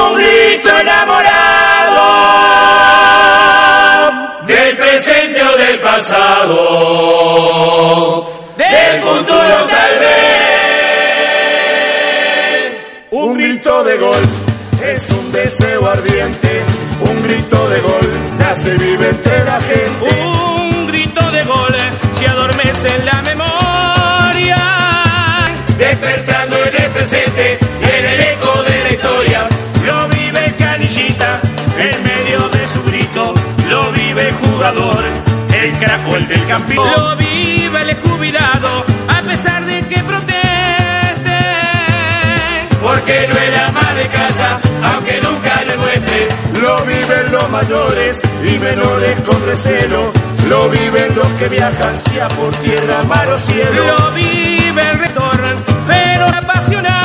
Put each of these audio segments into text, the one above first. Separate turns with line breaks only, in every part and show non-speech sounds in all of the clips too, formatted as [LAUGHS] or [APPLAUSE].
siento enamorado del presente o del pasado, del futuro tal vez.
Un grito de gol es un deseo ardiente, un grito de gol nace y vive entre la gente.
Un grito de gol se adormece en la memoria, despertando en el presente y en el eco de la historia. Lo vive el canillita en medio de su grito, lo vive el jugador, el caracol del campeón. Lo vive el jubilado a pesar de que proteste, porque no era más de casa, aunque nunca le muestre.
Lo viven los mayores y menores con recelo, lo viven los que viajan sea por tierra, mar o cielo.
Lo vive el retorno, pero apasionado.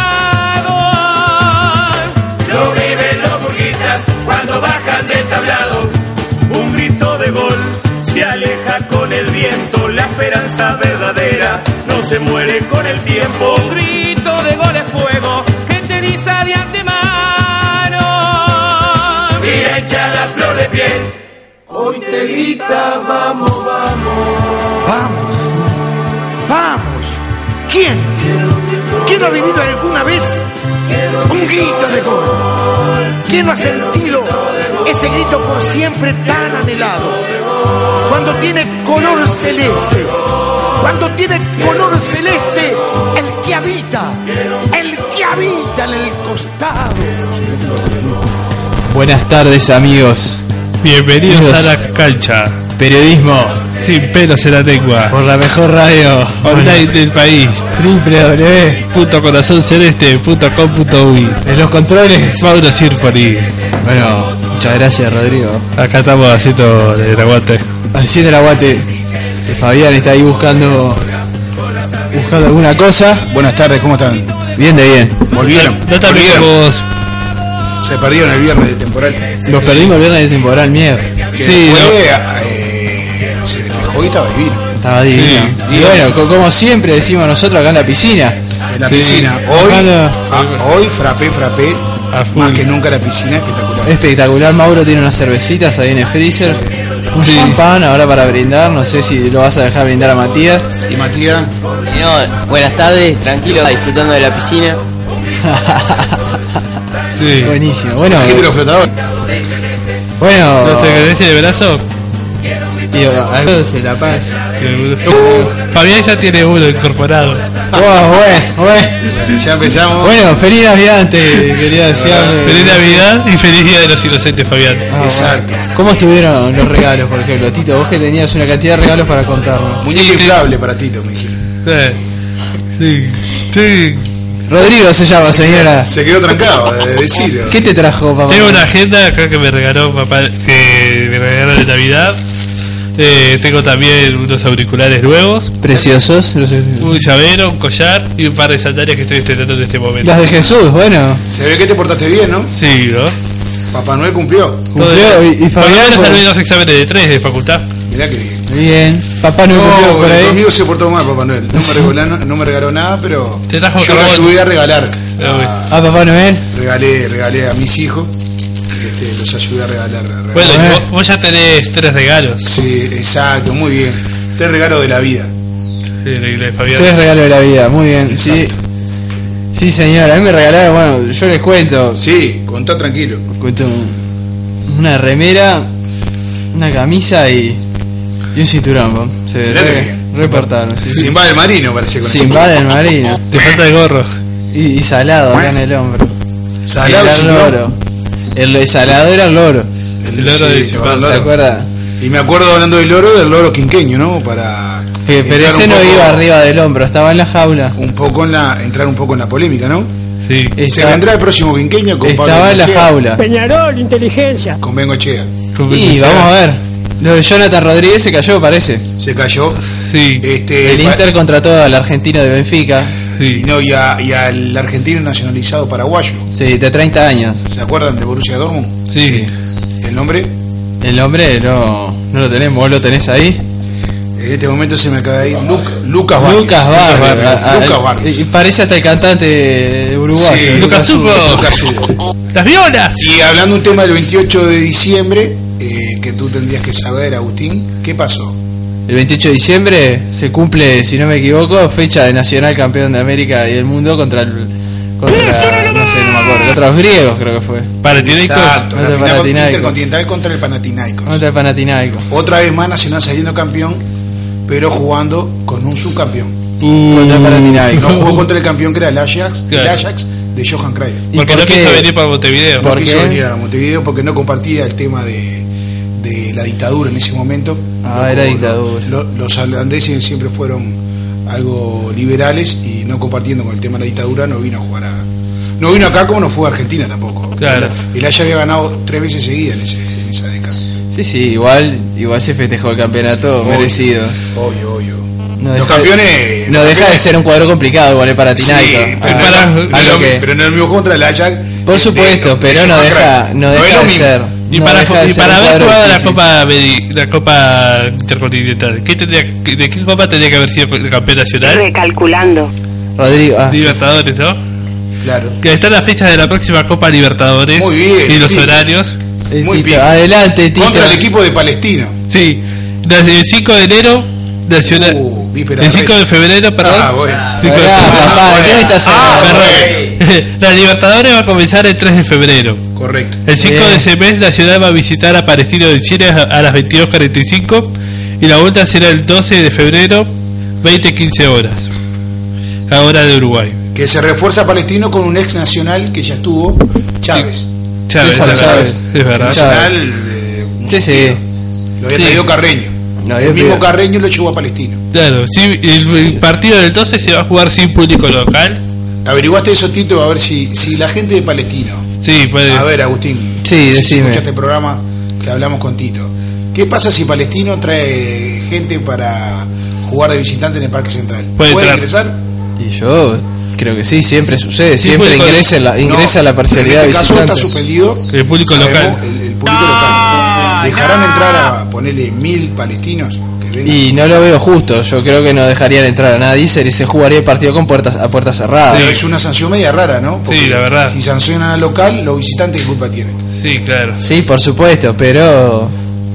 Lo viven los burguistas cuando bajan del tablado.
Un grito de gol se aleja con el viento, la esperanza verdadera no se muere con el tiempo.
Un grito de gol es fuego que te eriza de antemano. Y la hinchada flor de piel.
Hoy te grita, vamos, vamos.
Vamos, vamos. ¿Quién? ¿Quién no ha vivido alguna vez un grito de gol? ¿Quién no ha sentido ese grito por siempre tan anhelado? Cuando tiene color celeste, cuando tiene color celeste el que habita, el que habita en el costado.
Buenas tardes amigos,
Bienvenidos
Dios.
a la cancha.
periodismo
Sin pelos en la lengua.
por la mejor radio
Online del país.
www
Punto corazón celeste. Punto com punto uy.
en los controles.
Mauro Sirpoli.
Bueno, muchas gracias Rodrigo.
Acá estamos haciendo el aguante.
Haciendo el aguate. Fabián está ahí buscando buscando alguna cosa.
Buenas tardes, ¿cómo están?
Bien de bien.
Volvieron.
No te
volvieron.
olvidemos.
Se perdieron el viernes de temporal.
Los perdimos el viernes de temporada, mierda.
Que
Sí,
después, eh, se despejó y estaba divino.
Estaba divino. y bueno, co- como siempre decimos nosotros acá en la piscina.
En la
Sí.
piscina. Hoy,
Ojalá.
ah, hoy frappé, frappé.
A full.
Más que nunca la piscina, espectacular.
Espectacular, Mauro tiene unas cervecitas ahí en el freezer. Un
Sí.
champán ahora para brindar, no sé si lo vas a dejar brindar a Matías. [LAUGHS]
Y Matías,
No, buenas tardes, tranquilo, disfrutando de la piscina.
Sí.
Buenísimo, bueno,
gente los flotadores.
¿No te
bueno,
agradece de brazo?
digo, algo se la paz. Uh.
Fabián ya tiene uno incorporado.
Wow, bueno, bueno.
Ya empezamos.
Bueno, feliz Navidad, te quería decir.
Feliz Navidad y feliz Día de los Inocentes, Fabián.
Ah,
Exacto.
bueno. ¿Cómo estuvieron los regalos, por ejemplo? Tito, vos que tenías una cantidad de regalos para contarnos.
Muñeco inflable para Tito, me dijiste.
Sí. Sí.
Rodrigo se llama, señora.
Se quedó trancado
[LAUGHS]
eh, de decir.
¿Qué te trajo, papá?
Tengo una agenda acá que me regaló papá, que me regaló de Navidad. Eh, tengo también unos auriculares nuevos,
Preciosos. los-
un llavero, un collar y un par de sandalias que estoy estrenando en este momento.
Las de Jesús, bueno.
Se ve que te portaste bien, ¿no?
Sí, ¿no?
Papá Noel cumplió.
Cumplió y, y
Por lo
Fabián. pues,
menos
por-
salvé dos exámenes de tres de facultad.
Mirá que bien.
Bien. Papá no cumplió
No,
por ahí.
conmigo se portó mal, Papá Noel. No me regaló, no, no me regaló nada, pero
Te trajo
yo lo
carbón.
ayudé a regalar.
Ah,
Ah, Papá Noel.
regalé, regalé a mis hijos, este, los ayudé a regalar. a regalar.
Bueno,
Ah,
y
eh.
vos, vos ya tenés tres regalos
sí, exacto, muy bien. Te regalo de la vida.
de la iglesia de
Tres
Fabián.
regalos de la vida, muy bien. Sí. Sí, señora, a mí me regalaron, bueno, yo les cuento.
Sí, contá tranquilo.
[LAUGHS] Cuento un- una remera, una camisa y, y un cinturón, po. Se
Mirá que
re-
bien.
repartaron. sí, sí.
Simba del Marino parece con
Sin del marino.
Te falta el gorro.
Y, y salado acá en el hombro.
eso. Salado
era el
Simba.
loro. El, el salado era el loro.
El loro de
se
Simba,
va Ah, el
¿Se
loro.
acuerda?
Y me acuerdo hablando del loro, del loro quinqueño, ¿no? Para
Pe- Pero
entrar
ese
un
no
poco-
iba arriba del hombro, estaba en la jaula.
Un poco en la, entrar un poco en la polémica, ¿no?
Sí.
Se
Estaba,
vendrá el próximo quinqueño con Pablo
estaba en la
Bengoechea,
jaula.
Peñarol, inteligencia.
Con Bengo Echea.
Eh, Y vamos a ver. Lo de Jonathan Rodríguez se cayó, parece.
Se cayó.
Sí,
Este,
El
pa-
Inter contrató al argentino de Benfica,
sí.
No, y, a- y al argentino nacionalizado paraguayo.
sí, de 30 años.
¿Se acuerdan de Borussia Dortmund?
Sí.
El nombre
El hombre no, no lo tenemos, vos lo tenés ahí.
En este momento se me acaba de ir Luc- Lucas Vázquez.
Lucas
No sale,
Barba.
¿verdad?
ah,
Lucas
ah,
Vázquez.
y parece hasta el cantante uruguayo. eh,
Sí,
Lucas Suco.
Lucas Hugo.
¡Las violas!
Y hablando un tema del 28 de diciembre, eh, que tú tendrías que saber, Agustín, ¿qué pasó?
El 28 de diciembre se cumple, si no me equivoco, fecha de Nacional Campeón de América y del Mundo contra el... Contra, no sé, no me acuerdo. Contra los griegos creo que fue.
Paratinaicos.
Exacto,
Contra
la
el
final con-
Panathinaikos.
intercontinental contra el Panathinaikos.
Contra el Panatinaico.
Otra vez más Nacional saliendo campeón, pero jugando con
[LAUGHS]
un subcampeón.
Contra el Panatinaico.
[LAUGHS] No jugó contra el campeón que era el Ajax, el
Claro.
Ajax de Johan Cruyff.
¿Y
Porque
por
no
qué?
quiso venir para Montevideo.
¿Por
No quiso
qué?
venir a Montevideo porque no compartía el tema de, de la dictadura en ese momento.
Ah, era dictadura.
lo- los holandeses siempre fueron algo liberales y no compartiendo con el tema de la dictadura no vino a jugar a... No vino acá como no fue a Argentina tampoco.
Claro.
El Ajax había ganado tres veces seguidas en, ese- en esa década.
Sí, sí, igual, igual se festejó el campeonato
Obvio,
merecido.
Obvio, obvio.
No
los
deja-
campeones...
No deja de ser un cuadro complicado igual el
Sí,
Panatinaico.
pero,
Ah,
para-
no, es lo-
a lo que-
pero no es lo mismo contra el Ajax.
Por
de-
supuesto,
de-
pero
de
no
Johan
deja,
Cruyff.
no
es
deja
lo
de
mismo.
ser.
Y
no
para,
deja de
y
ser
para
un
haber
cuadro
jugado la
difícil.
Copa, Medi- la Copa Intercontinental, ¿qué tendría, que- ¿de qué Copa tendría que haber sido el campeón nacional?
Recalculando.
Rodrigo, ah,
Libertadores, ¿no?
Claro.
Que están las fechas de la próxima Copa Libertadores
Muy bien,
y los
sí.
horarios.
el
Muy
Eh, Tito,
bien.
adelante, Tito.
Contra el equipo de Palestino.
Sí, desde el 5 de enero, Nacional.
Uh, víspera
el
de
5 de febrero, perdón. [LAUGHS]
Ah, bueno.
Cinco de-
Pará, papá, ¿qué me estás
Ah,
haciendo?
perdón. La Libertadores va a comenzar el 3 de febrero.
Correcto.
El 5
Bien.
de ese mes Nacional va a visitar a Palestino de Chile a, a las 22.45 y la vuelta será el 12 de febrero, 20.15 horas, la hora de Uruguay.
Que se refuerza Palestino con un ex nacional que ya estuvo, Chávez.
Chávez,
César
es verdad,
Chávez.
es verdad.
Chávez.
Nacional, eh, un
Sí, sí.
Lo había
Sí.
traído Carreño.
No,
el
Dios
mismo
mío.
Carreño lo llevó a Palestino.
Claro, sí, el, el partido del 12 se va a jugar sin público local.
¿Averiguaste eso, Tito? A ver si, si la gente de Palestino.
Sí, puede.
A ver, Agustín.
Sí,
no sé si
decime.
Escuchaste el programa que hablamos con Tito. ¿Qué pasa si Palestino trae gente para jugar de visitante en el Parque Central?
Puede entrar.
ingresar?
Y yo creo que sí, siempre sucede,
Sí,
siempre
puede-
ingresa la, ingresa
No,
la parcialidad
En
de
este caso está
visitante.
suspendido
El público local.
El, el público local. ¿Dejarán entrar a ponerle mil palestinos? Que vengan?
Y no lo veo justo, yo creo que no dejarían entrar a nadie, se, se jugaría el partido con puertas a puertas cerradas.
Pero Ah, es una sanción media rara, ¿no?
Sí, la verdad.
Si sancionan al local, los visitantes, ¿qué culpa tienen?
Sí, claro.
Sí, por supuesto, pero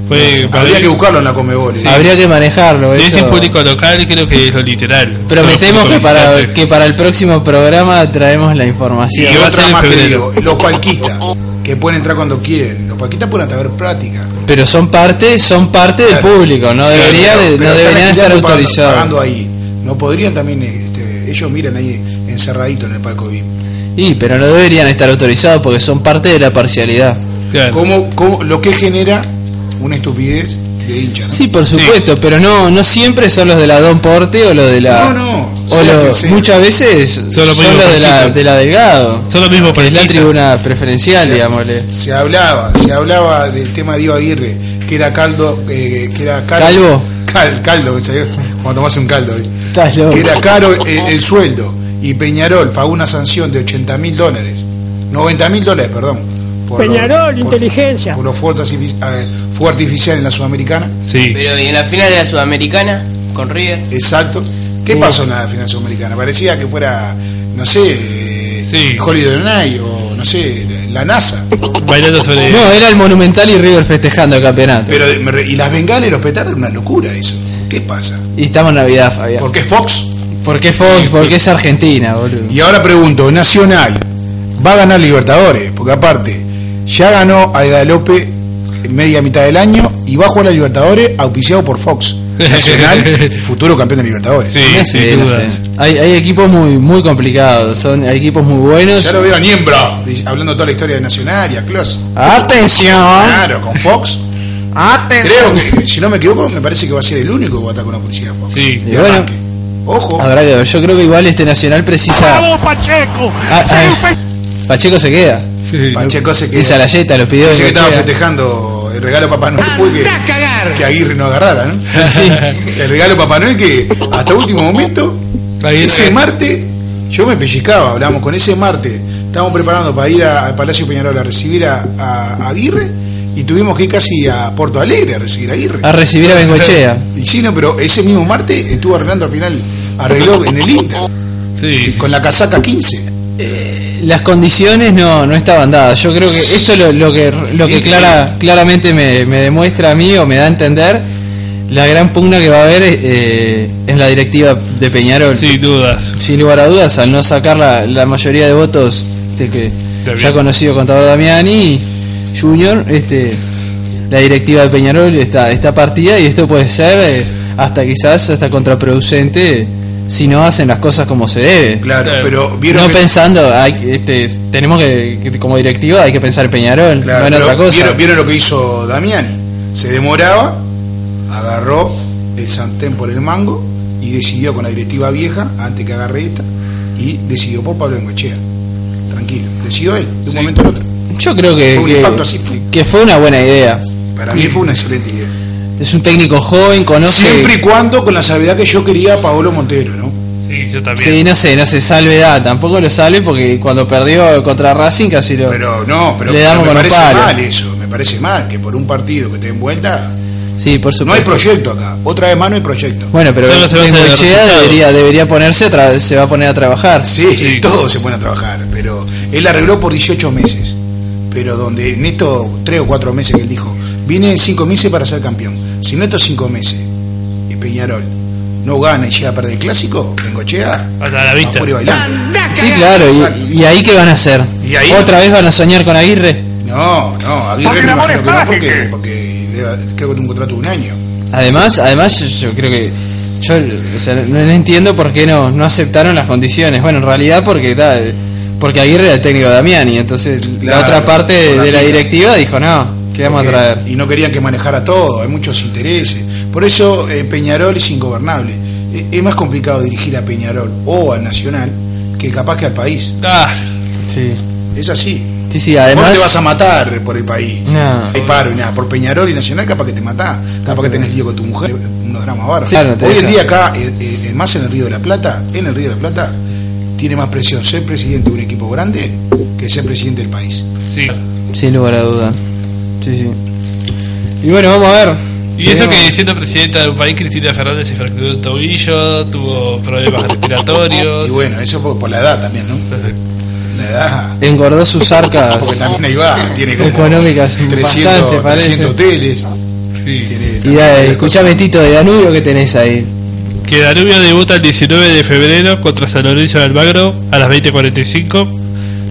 Puede-
Habría que buscarlo en la Comebol. ¿eh?
habría que manejarlo.
Si es
eso.
sin público local, creo que es lo literal.
Prometemos
Solo
que
público
para,
visitante.
que para el próximo programa traemos la
Y
información.
va a ser
otra
en
más que
febrero.
digo, los palquistas, que pueden entrar cuando quieren. Los palquistas pueden hasta ver práctica.
Pero son parte, son parte del
Claro.
público, no
Sí,
deberían,
pero- pero
no deberían
están
estar
alquilando, pagando- Pagando
autorizados.
ahí. No podrían también, este, ellos miran ahí encerradito en el palco VIP.
Y pero no deberían estar autorizados porque son parte de la parcialidad.
Claro.
¿Cómo, cómo- lo que genera una estupidez de hincha. ¿no?
Sí, por supuesto, pero no, no siempre son los de la Don Porte o los de la.
No,
o
no, son
los-
las terceras.
muchas veces son los,
mismos
de, la,
partidos.
de la Delgado.
Son los mismos
que es la
partidos.
tribuna preferencial, digámosle.
Se hablaba, se hablaba del tema de Diego Aguirre, que era caldo, eh, que era caro-
¿Calvo?
Cal- caldo, que salió cuando tomás un caldo. eh.
Estás loco.
Que era caro eh, el sueldo. Y Peñarol pagó una sanción de 80 mil dólares, 90 mil dólares, perdón. por lo-
Peñarol,
por-
inteligencia.
Por los fuegos artifici- eh, fuegos artificiales en la Sudamericana,
Sí.
Pero y en la final de la Sudamericana, con River.
exacto. ¿Qué pasó en la final sudamericana? Parecía que fuera, no sé, eh,
Sí.
Holiday Night o no sé, la NASA.
Bailando sobre.
No, era el Monumental y River festejando el campeonato.
Pero eh, me re- y las bengalas y los petardos era una locura eso. ¿Qué pasa?
Y estamos en Navidad, Fabián.
Porque es Fox.
¿Por qué Fox? ¿Por qué es Argentina, boludo?
Y ahora pregunto, Nacional va a ganar Libertadores, porque aparte ya ganó al galope media mitad del año y va a jugar a Libertadores auspiciado por Fox.
[LAUGHS]
Nacional, futuro campeón de Libertadores.
Sí,
No
sin
sé, no
dudas.
sé. Hay, hay equipos muy muy complicados, son hay equipos muy buenos.
Ya lo veo a Niembra di- hablando toda la historia de Nacional y a Clos.
Atención.
Claro, con Fox. Creo que, si no me equivoco, me parece que va a ser el único que va a estar con la publicidad de Fox.
Sí.
De
Y bueno.
arranque. Ojo.
Habrá que ver, yo creo que igual este Nacional precisa.
¡Bravo, Pacheco!
Ah, ah, Pacheco se queda.
Sí.
Pacheco se quedó.
Dice a la Yeta, los pidió.
Dice que
de
estaba
Cochea.
festejando el regalo de Papá Noel fue que, que Aguirre no agarrara, ¿no?
Sí.
El regalo de Papá Noel que hasta último momento,
Ahí
ese
era.
martes, yo me pellizcaba, hablamos con ese martes, estábamos preparando para ir a- al Palacio Peñarol a recibir a, a- a Aguirre y tuvimos que ir casi a Porto Alegre a recibir a Aguirre.
A recibir a
[LAUGHS]
Bengochea.
Y sí, no, pero ese mismo martes estuvo arreglando al final, arregló en el Inter,
Sí.
con la casaca 15.
Las condiciones no, no estaban dadas. Yo creo que esto es lo, lo que, lo que clara, claramente me, me demuestra a mí o me da a entender la gran pugna que va a haber eh, en la directiva de Peñarol.
Sin dudas.
Sin lugar a dudas, al no sacar la, la mayoría de votos este, que
Damiani.
ya conocido contador Damiani Junior, este, la directiva de Peñarol está, está partida y esto puede ser eh, hasta quizás hasta contraproducente eh, si no hacen las cosas como se debe.
Claro,
Claro.
pero vieron
No
que-
pensando, hay, este, tenemos que, que como directiva hay que pensar en Peñarol,
Claro,
no en
pero
otra cosa.
Vieron, vieron lo que hizo Damiani. Se demoraba, agarró el santén por el mango y decidió con la directiva vieja, antes que agarre esta, y decidió por Pablo Engochea. Tranquilo, decidió él, de un momento al otro.
Yo creo que,
Fue un
que-
impacto así, fue.
que fue una buena idea.
Para mí fue una excelente idea.
Es un técnico joven, conoce...
Siempre y cuando con la salvedad que yo quería a Paolo Montero, ¿no?
Sí, yo también.
Sí, no sé, no sé, salvedad, tampoco lo salve porque cuando perdió contra Racing casi lo...
Pero no, pero,
Le
pero
damos
me
con los
parece
palos.
mal eso, me parece mal que por un partido que te den vuelta,
sí, por
no hay
supuesto.
proyecto acá, otra vez más no hay proyecto.
bueno, pero
Solo se basa en el
Bengochea
resultado.
debería, debería ponerse, a tra- se va a poner a trabajar.
Sí,
Sí.
todos se ponen a trabajar, pero él arregló por 18 meses. Pero donde en estos 3 o 4 meses que él dijo, vine en 5 meses para ser campeón. Si en estos 5 meses y Peñarol no gana y llega a perder el clásico, Bengochea,
Hasta la vista.
afuera y bailando.
Sí, claro,
Exacto.
y, y ahí qué van a hacer?
Y ahí-
¿Otra vez van a soñar con Aguirre?
No, no, Aguirre me imagino que no, porque, porque debe- creo que tiene un contrato de un año.
Además, además yo, yo creo que... Yo o sea, no, no entiendo por qué no, no aceptaron las condiciones. Bueno, en realidad porque da, porque Aguirre era el técnico de Damiani, entonces
Claro,
la otra parte de, de la
solamente.
directiva dijo, no, ¿qué vamos a
Porque-
traer?
Y no querían que manejara todo, hay muchos intereses. Por eso eh, Peñarol es ingobernable. E- es más complicado dirigir a Peñarol o al Nacional que capaz que al país.
Ah,
Sí,
Es así.
sí, sí
Vos
además...
no te vas a matar por el país.
No.
Hay paro y nada. Por Peñarol y Nacional capaz que te matás. Capaz que tenés lío con tu mujer. Unos dramas bárbaros.
Sí, claro, te
Hoy en
deja.
día acá, eh, eh, más en el Río de la Plata, en el Río de la Plata, tiene más presión ser presidente de un equipo grande que ser presidente del país.
sí.
Sin lugar a duda. Sí, sí. Y bueno, vamos a ver.
Y eso que
Tenemos-
siendo presidenta de un país, Cristina Fernández se fracturó el tobillo, tuvo problemas respiratorios.
Y bueno, eso por, por la edad también, ¿no? La edad.
engordó sus arcas
[LAUGHS] Porque también ahí va, tiene como
Económicas,
300,
bastante, parece.
300 hoteles.
Sí.
tiene-
y dale, escuchame Tito de Danubio que tenés ahí.
Que Danubio debuta el 19 de febrero contra San Lorenzo de Almagro a las 20.45.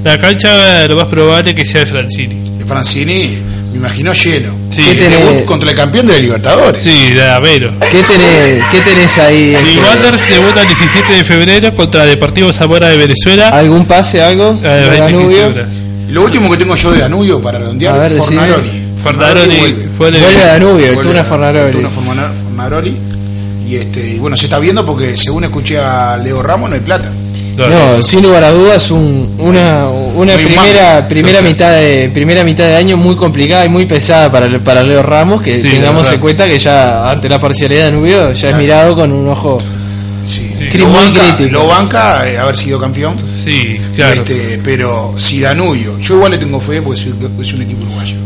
La cancha lo más probable que sea de Francini.
Francini, me imagino lleno.
Sí.
El
¿Qué tenés?
debut contra el campeón de la Libertadores.
Sí, de Amero.
¿Qué tenés, qué tenés ahí?
Y
este,
Wanderers debuta el 17 de febrero contra Deportivo Zamora de Venezuela
¿Algún pase, algo?
a las
de
20.15
Danubio?
horas.
Lo último que tengo yo de Danubio para redondear
A ver,
es
decime.
Fornaroli.
Fornaroli vuelve.
Vuelve a Danubio, el
Vuelve
Tuna
a-
Fornaroli.
Tuna Forna- Fornaroli. Y este, y bueno, se está viendo porque según escuché a Leo Ramos no hay plata.
No, sin lugar a dudas, un- una, una
Muy humano.
primera, primera, mitad de, primera mitad de año muy complicada y muy pesada para, el- para Leo Ramos, que
Sí, la
tengamos
verdad.
en cuenta que ya ante la parcialidad de Danubio ya es mirado con un ojo...
Sí.
Sí.
Lo,
Muy
banca,
crítico.
lo banca eh, haber sido campeón.
Sí, claro.
Este, pero si Danubio, yo igual le tengo fe porque soy- es un equipo uruguayo.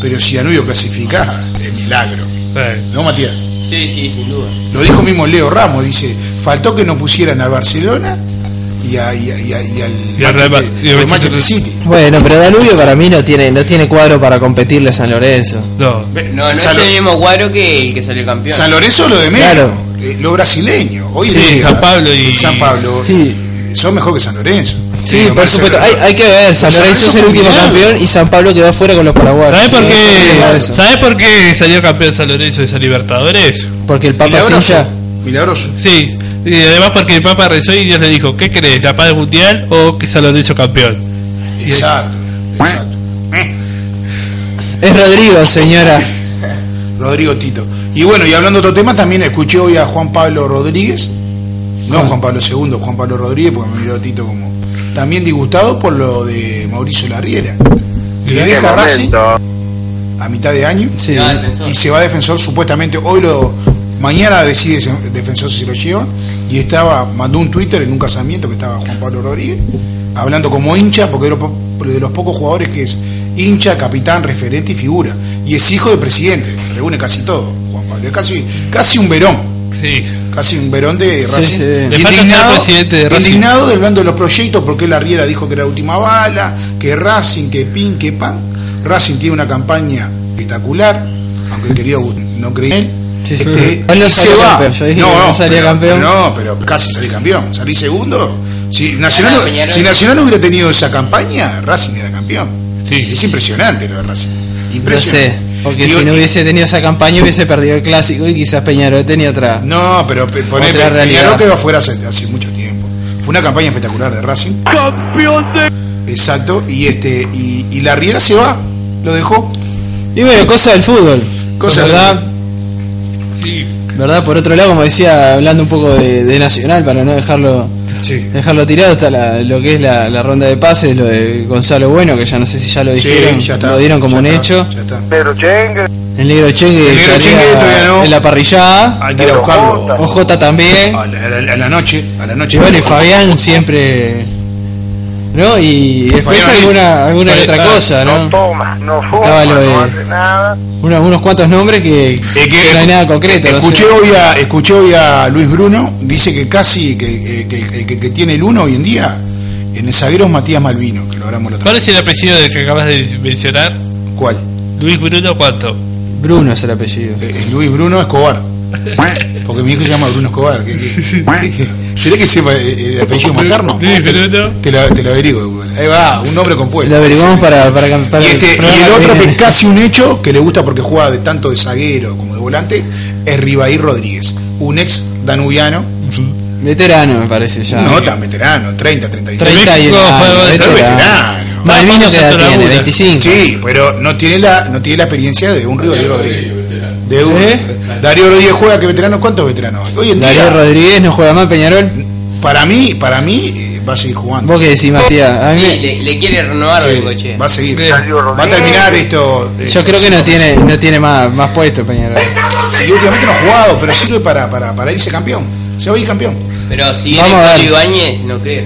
Pero si Danubio clasifica, es milagro.
Eh,
¿No, Matías?
Sí, sí, sin duda.
Lo dijo mismo Leo Ramos, dice, faltó que nos pusieran al Barcelona y, a- y a- y a- y al
Y al Real Ma- y al
al Manchester
Manchester
City.
Bueno, pero Danubio para mí no tiene, no tiene cuadro para competirle a San Lorenzo.
No.
Ve,
No, no
San,
es el mismo guaro que el que salió campeón.
San Lorenzo lo de menos,
Claro.
eh, lo brasileño. Hoy
Sí,
en día,
San Pablo y-
San Pablo
Sí.
eh, son mejor que San Lorenzo.
Sí,
Lo
por
más
supuesto. Hay,
cercano.
hay que ver, San
San
Lorenzo es
Lorenzo
el último
combinado.
campeón y San Pablo quedó fuera con los paraguayos.
¿Sabes por
Sí,
qué?
hay que ver eso.
¿Sabes por qué salió campeón San Lorenzo de esa Libertadores?
Porque el Papa es
Milagroso.
hincha.
Milagroso.
Sí, y además porque el Papa rezó y Dios le dijo, ¿qué crees? ¿La paz mundial o que San Lorenzo campeón?
Exacto. Exacto. Eh.
Es Rodrigo, señora.
Rodrigo Tito. Y bueno, y hablando de otro tema, también escuché hoy a Juan Pablo Rodríguez, no Juan Pablo II, Juan Pablo Rodríguez, porque me miró Tito como también disgustado por lo de Mauricio Larriera, que
este
deja Racing a mitad de año
Sí.
No, defensor.
y se va a defensor supuestamente hoy lo mañana decide si defensor si se lo lleva y estaba mandó un Twitter en un casamiento que estaba Juan Pablo Rodríguez hablando como hincha porque era de los pocos jugadores que es hincha, capitán, referente y figura. Y es hijo del presidente, reúne casi todo, Juan Pablo. Es casi, casi un verón,
Sí.
casi un verón de Racing.
sí. Le
falta ser presidente de Racing.
indignado del bando de los proyectos porque la Riera dijo que era la última bala, que Racing, que Pin, que Pan. Racing tiene una campaña espectacular, aunque el querido Gus no creía en él.
Sí, sí.
Este,
Él no
y
salió
se va.
campeón, yo dije que no salía
pero-
campeón.
No, pero casi salí campeón. Salí segundo. Si Nacional,
Ganaba Peñarol.
si Nacional no hubiera tenido esa campaña, Racing era campeón.
Sí.
Es impresionante lo de Racing.
No sé,
Impresionante.
porque
Digo,
si no
y-
hubiese tenido esa campaña hubiese perdido el clásico y quizás Peñarol tenía otra.
No, pero pe- poné,
Otra
pe-
realidad.
Peñarol quedó afuera hace, hace mucho tiempo. Fue una campaña espectacular de Racing. ¡Campeón Exacto, y este y, y la Riera se va, lo dejó.
Y bueno, cosa del fútbol.
Cosa
Pues,
del
¿verdad? ¿Verdad? Por otro lado, como decía, hablando un poco de, de Nacional, para no dejarlo
Sí.
dejarlo tirado, está la- lo que es la, la ronda de pases, lo de Gonzalo Bueno, que ya no sé si ya lo dijeron,
ya está.
lo dieron como
ya
un
está,
hecho.
Ya está.
El negro Chengue,
El Negro
estaría
Chengue todavía no.
en la parrillada,
Hay que ir a buscarlo.
OJ también.
A la, a la- a la noche, a la
Y
noche.
bueno, y Fabián siempre. ¿No? Y después
Fabián,
alguna, alguna que
Fabián,
otra
ah,
cosa, ¿no?
toma, no
Estaba
fuma,
lo de-
no hace nada.
Uno- unos cuantos nombres que,
Eh, que-
no hay nada concreto. no
Escuché
sé.
hoy, a, escuché hoy a Luis Bruno, dice que casi que, eh, que- que- que- que tiene el uno hoy en día, en el zaguero es Matías Malvino, que lo hablamos la otra
¿Cuál es el apellido del que acabas de mencionar?
vez. ¿Cuál?
Luis Bruno, ¿cuánto?
Bruno es el apellido.
Eh, eh, Luis Bruno Escobar. Porque mi hijo se llama Bruno Escobar. ¿Qué, qué- qué- qué- ¿Querés que sepa eh, el apellido materno?
Luis Bruno.
Te lo, te lo averiguo. de Google. Ahí va, un nombre compuesto.
Lo averiguamos para, para, cam- para
Y, este- y
programa
el
que
otro que
viene.
es casi un hecho, que le gusta porque juega de tanto de zaguero como de volante, es Ribaí Rodríguez, un ex danubiano,
Veterano, me parece ya.
no tan veterano, 30, 33.
30 y
México juega
años,
de-
veterano.
veterano.
Malvino
Vamos
que
a
edad
hacer
tiene,
laburo.
25.
Sí, pero no tiene la no tiene la experiencia de un Ribaí Rodríguez. De un-
¿Eh?
Darío Rodríguez juega que veterano, ¿cuántos veteranos? Hoy en
Darío
día,
Rodríguez no juega más Peñarol.
para mí, para mí eh, va a seguir jugando.
Vos que decís, Matías. A mí-
Sí, le, le quiere renovar
Sí,
algo, che.
va a seguir.
Sí.
Va a terminar esto.
yo
esto,
creo que
sí,
no tiene, no tiene más, más puesto
[LAUGHS]
Peñarol.
Y últimamente no ha jugado, pero sirve para, para, para irse campeón. Se va a ir campeón.
Pero si
Vamos
viene
a ver.
Pablo Ibáñez, no creo.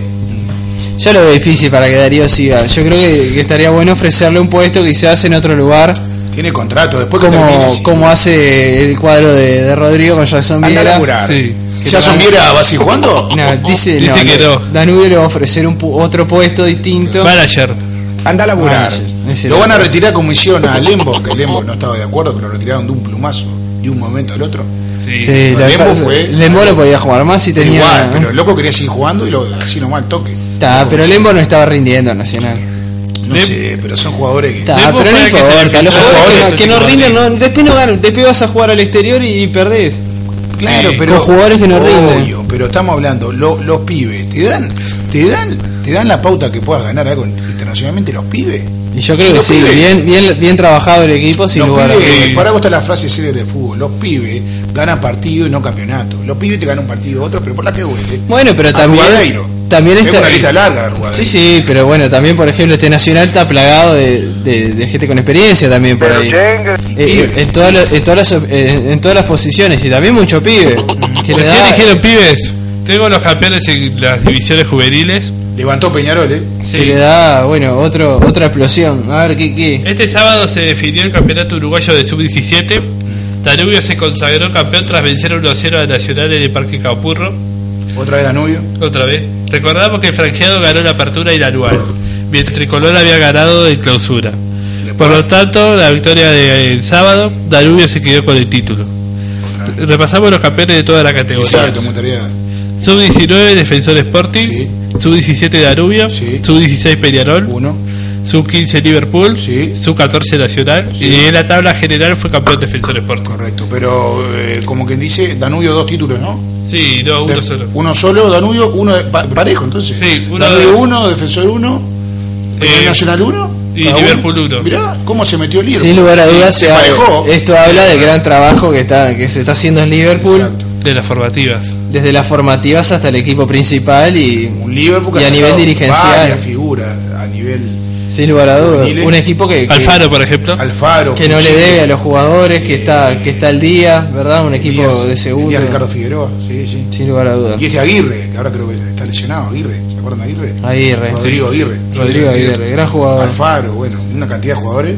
Yo lo veo difícil para que Darío siga. Yo creo que, que estaría bueno ofrecerle un puesto quizás en otro lugar,
Tiene contrato. Después que termine,
como,
sí.
como hace el cuadro de, de Rodrigo con Jason
Anda a
Viera.
laburar.
Sí.
¿Ya son Viera va a seguir jugando?
[LAUGHS] No, dice,
Dice
no,
que
le-
no.
Danubio le va a ofrecer un pu- otro puesto distinto.
Manager.
Anda a laburar.
Manager, ese
Lo van a
loco.
retirar como hicieron a Lembo, que Lembo no estaba de acuerdo, pero lo retiraron de un plumazo, de un momento al otro.
Sí.
Sí,
Pero
la
eh, Lembo
pasa-
fue-
Lembo lo podía jugar más si tenía.
Igual, pero el loco quería seguir jugando y lo así nomás al toque.
Ta,
No,
pero
sí.
Lembo no estaba rindiendo en Nacional.
No sé, pero son jugadores que.
Ta,
Lembo
pero no
fue el que se
importa,
desquitó.
los jugadores que no-
Oye,
que no
Atlético
rinden,
Madrid.
no- después no ganan, después vas a jugar al exterior y, y perdés.
Claro,
Sí,
pero
con jugadores que no rinden.
obvio, pero estamos hablando, lo- los pibes, te dan, te dan, te dan la pauta que puedas ganar algo internacionalmente los pibes.
Y yo creo
Los
que sí,
pibes-
bien, bien, bien trabajado el equipo, sin
los
lugar a
pibes,
dudas.
por algo está la frase célebre del fútbol, los pibes ganan partido y no campeonato. Los pibes te ganan un partido otro, pero por la que duele.
Bueno, pero
A
también.
Rugadeiro.
También
Tengo
está.
una lista larga de Rugadeiro.
Sí, sí, pero bueno, también, por ejemplo, este Nacional está plagado de, de- de gente con experiencia también por ahí. Eh,
Pibes.
en, todas las, en, todas las, eh, en todas las posiciones y también mucho pibe.
Mm.
Que le
Recién
da-
dijeron, pibes, tengo los campeones en las divisiones juveniles.
Levantó Peñarol, eh.
que le da, bueno, otro, otra explosión. A ver, ¿qué? qué?
Eh,
Este sábado se definió el campeonato uruguayo de sub-17. Danubio se consagró campeón tras vencer 1-0 a Nacional en el Parque Capurro.
Otra vez Danubio.
Otra vez. Recordamos que el franjeado ganó la apertura y la anual, mientras el tricolor había ganado en clausura. Por lo tanto, la victoria del sábado, Danubio se quedó con el título. Repasamos los campeones de toda la categoría.
Exacto, me gustaría.
Sub-19 Defensor Sporting,
Sí.
Sub-17 Danubio,
Sí.
Sub-16 Peñarol,
Uno.
Sub-15 Liverpool,
Sí.
Sub-14 Nacional y en la tabla general fue campeón Defensor Sporting.
Correcto, pero eh, como quien dice, Danubio dos títulos, ¿no?
Sí, no, uno
De-
solo.
Uno solo, Danubio, uno de- pa- parejo entonces.
Sí, uno
Danubio
de-
uno, Defensor uno, Peñarol
Eh,
Nacional uno.
y
cada
Liverpool uno.
Mirá, cómo se metió el Liverpool.
Sin lugar a dudas,
se
se ha-
emparejó.
esto habla del gran trabajo que, está, que se está haciendo en Liverpool,
Exacto.
De las formativas.
desde las formativas hasta el equipo principal y
Un Liverpool que
Y
ha
a nivel
sacado
dirigencial.
varias figuras a nivel
Sin lugar a dudas.
Juveniles.
Un equipo que, que,
Alfaro, por ejemplo.
Alfaro.
que no le
Fuchillo,
debe a los jugadores, que está que está al día, ¿verdad? Un equipo
Díaz,
de segundo.
Díaz Ricardo Figueroa, sí, sí.
Sin lugar a dudas.
Y este Aguirre, que ahora creo que está lesionado, Aguirre, ¿se acuerdan de Aguirre?
Aguirre.
Rodrigo Aguirre.
Rodrigo Aguirre, gran jugador.
Alfaro, bueno, una cantidad de jugadores.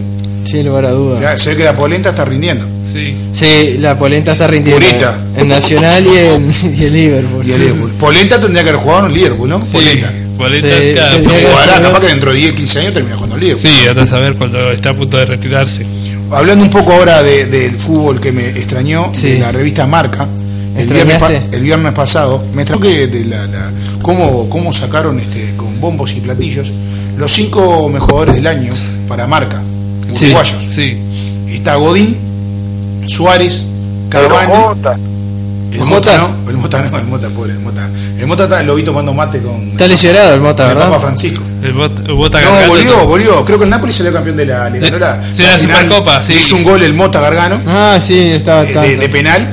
Sin lugar a dudas.
Mirá, se ve que la polenta está rindiendo.
Sí.
Sí, la polenta está rindiendo.
Purita.
En Nacional y en, [LAUGHS] y en Liverpool.
Y el Liverpool. Polenta tendría que haber jugado en el Liverpool, ¿no? Polenta.
Sí, Polenta,
Sí,
claro,
tendría
porque-
que-
Jugará, capaz que dentro de 10, 15 años termina jugando en el Liverpool.
Sí, ahora saber cuando está a punto de retirarse.
Hablando un poco ahora de- del fútbol que me extrañó,
Sí.
de la revista Marca, el viernes, pa-
¿Extrañaste?
el viernes pasado, me extrañó que de la, la- cómo, cómo sacaron este, con bombos y platillos los cinco mejores del año para Marca,
Sí.
uruguayos.
Sí.
Está Godín, Suárez, Cavani,
Jota,
el Mota, ¿no? El Mota no, el Mota, pobre, el Mota. El Mota está, lo vi tomando mate con,
Está lesionado el Mota,
con el Papa
¿verdad?
Francisco.
El bot, el bota
No,
Gargano-
volvió, volvió. Creo que el Napoli salió campeón de la, le ganó la,
Sí, la
final.
Supercopa, sí.
Hizo un gol el Mota Gargano.
Ah, sí, estaba al
Eh, de,
tanto.
de penal.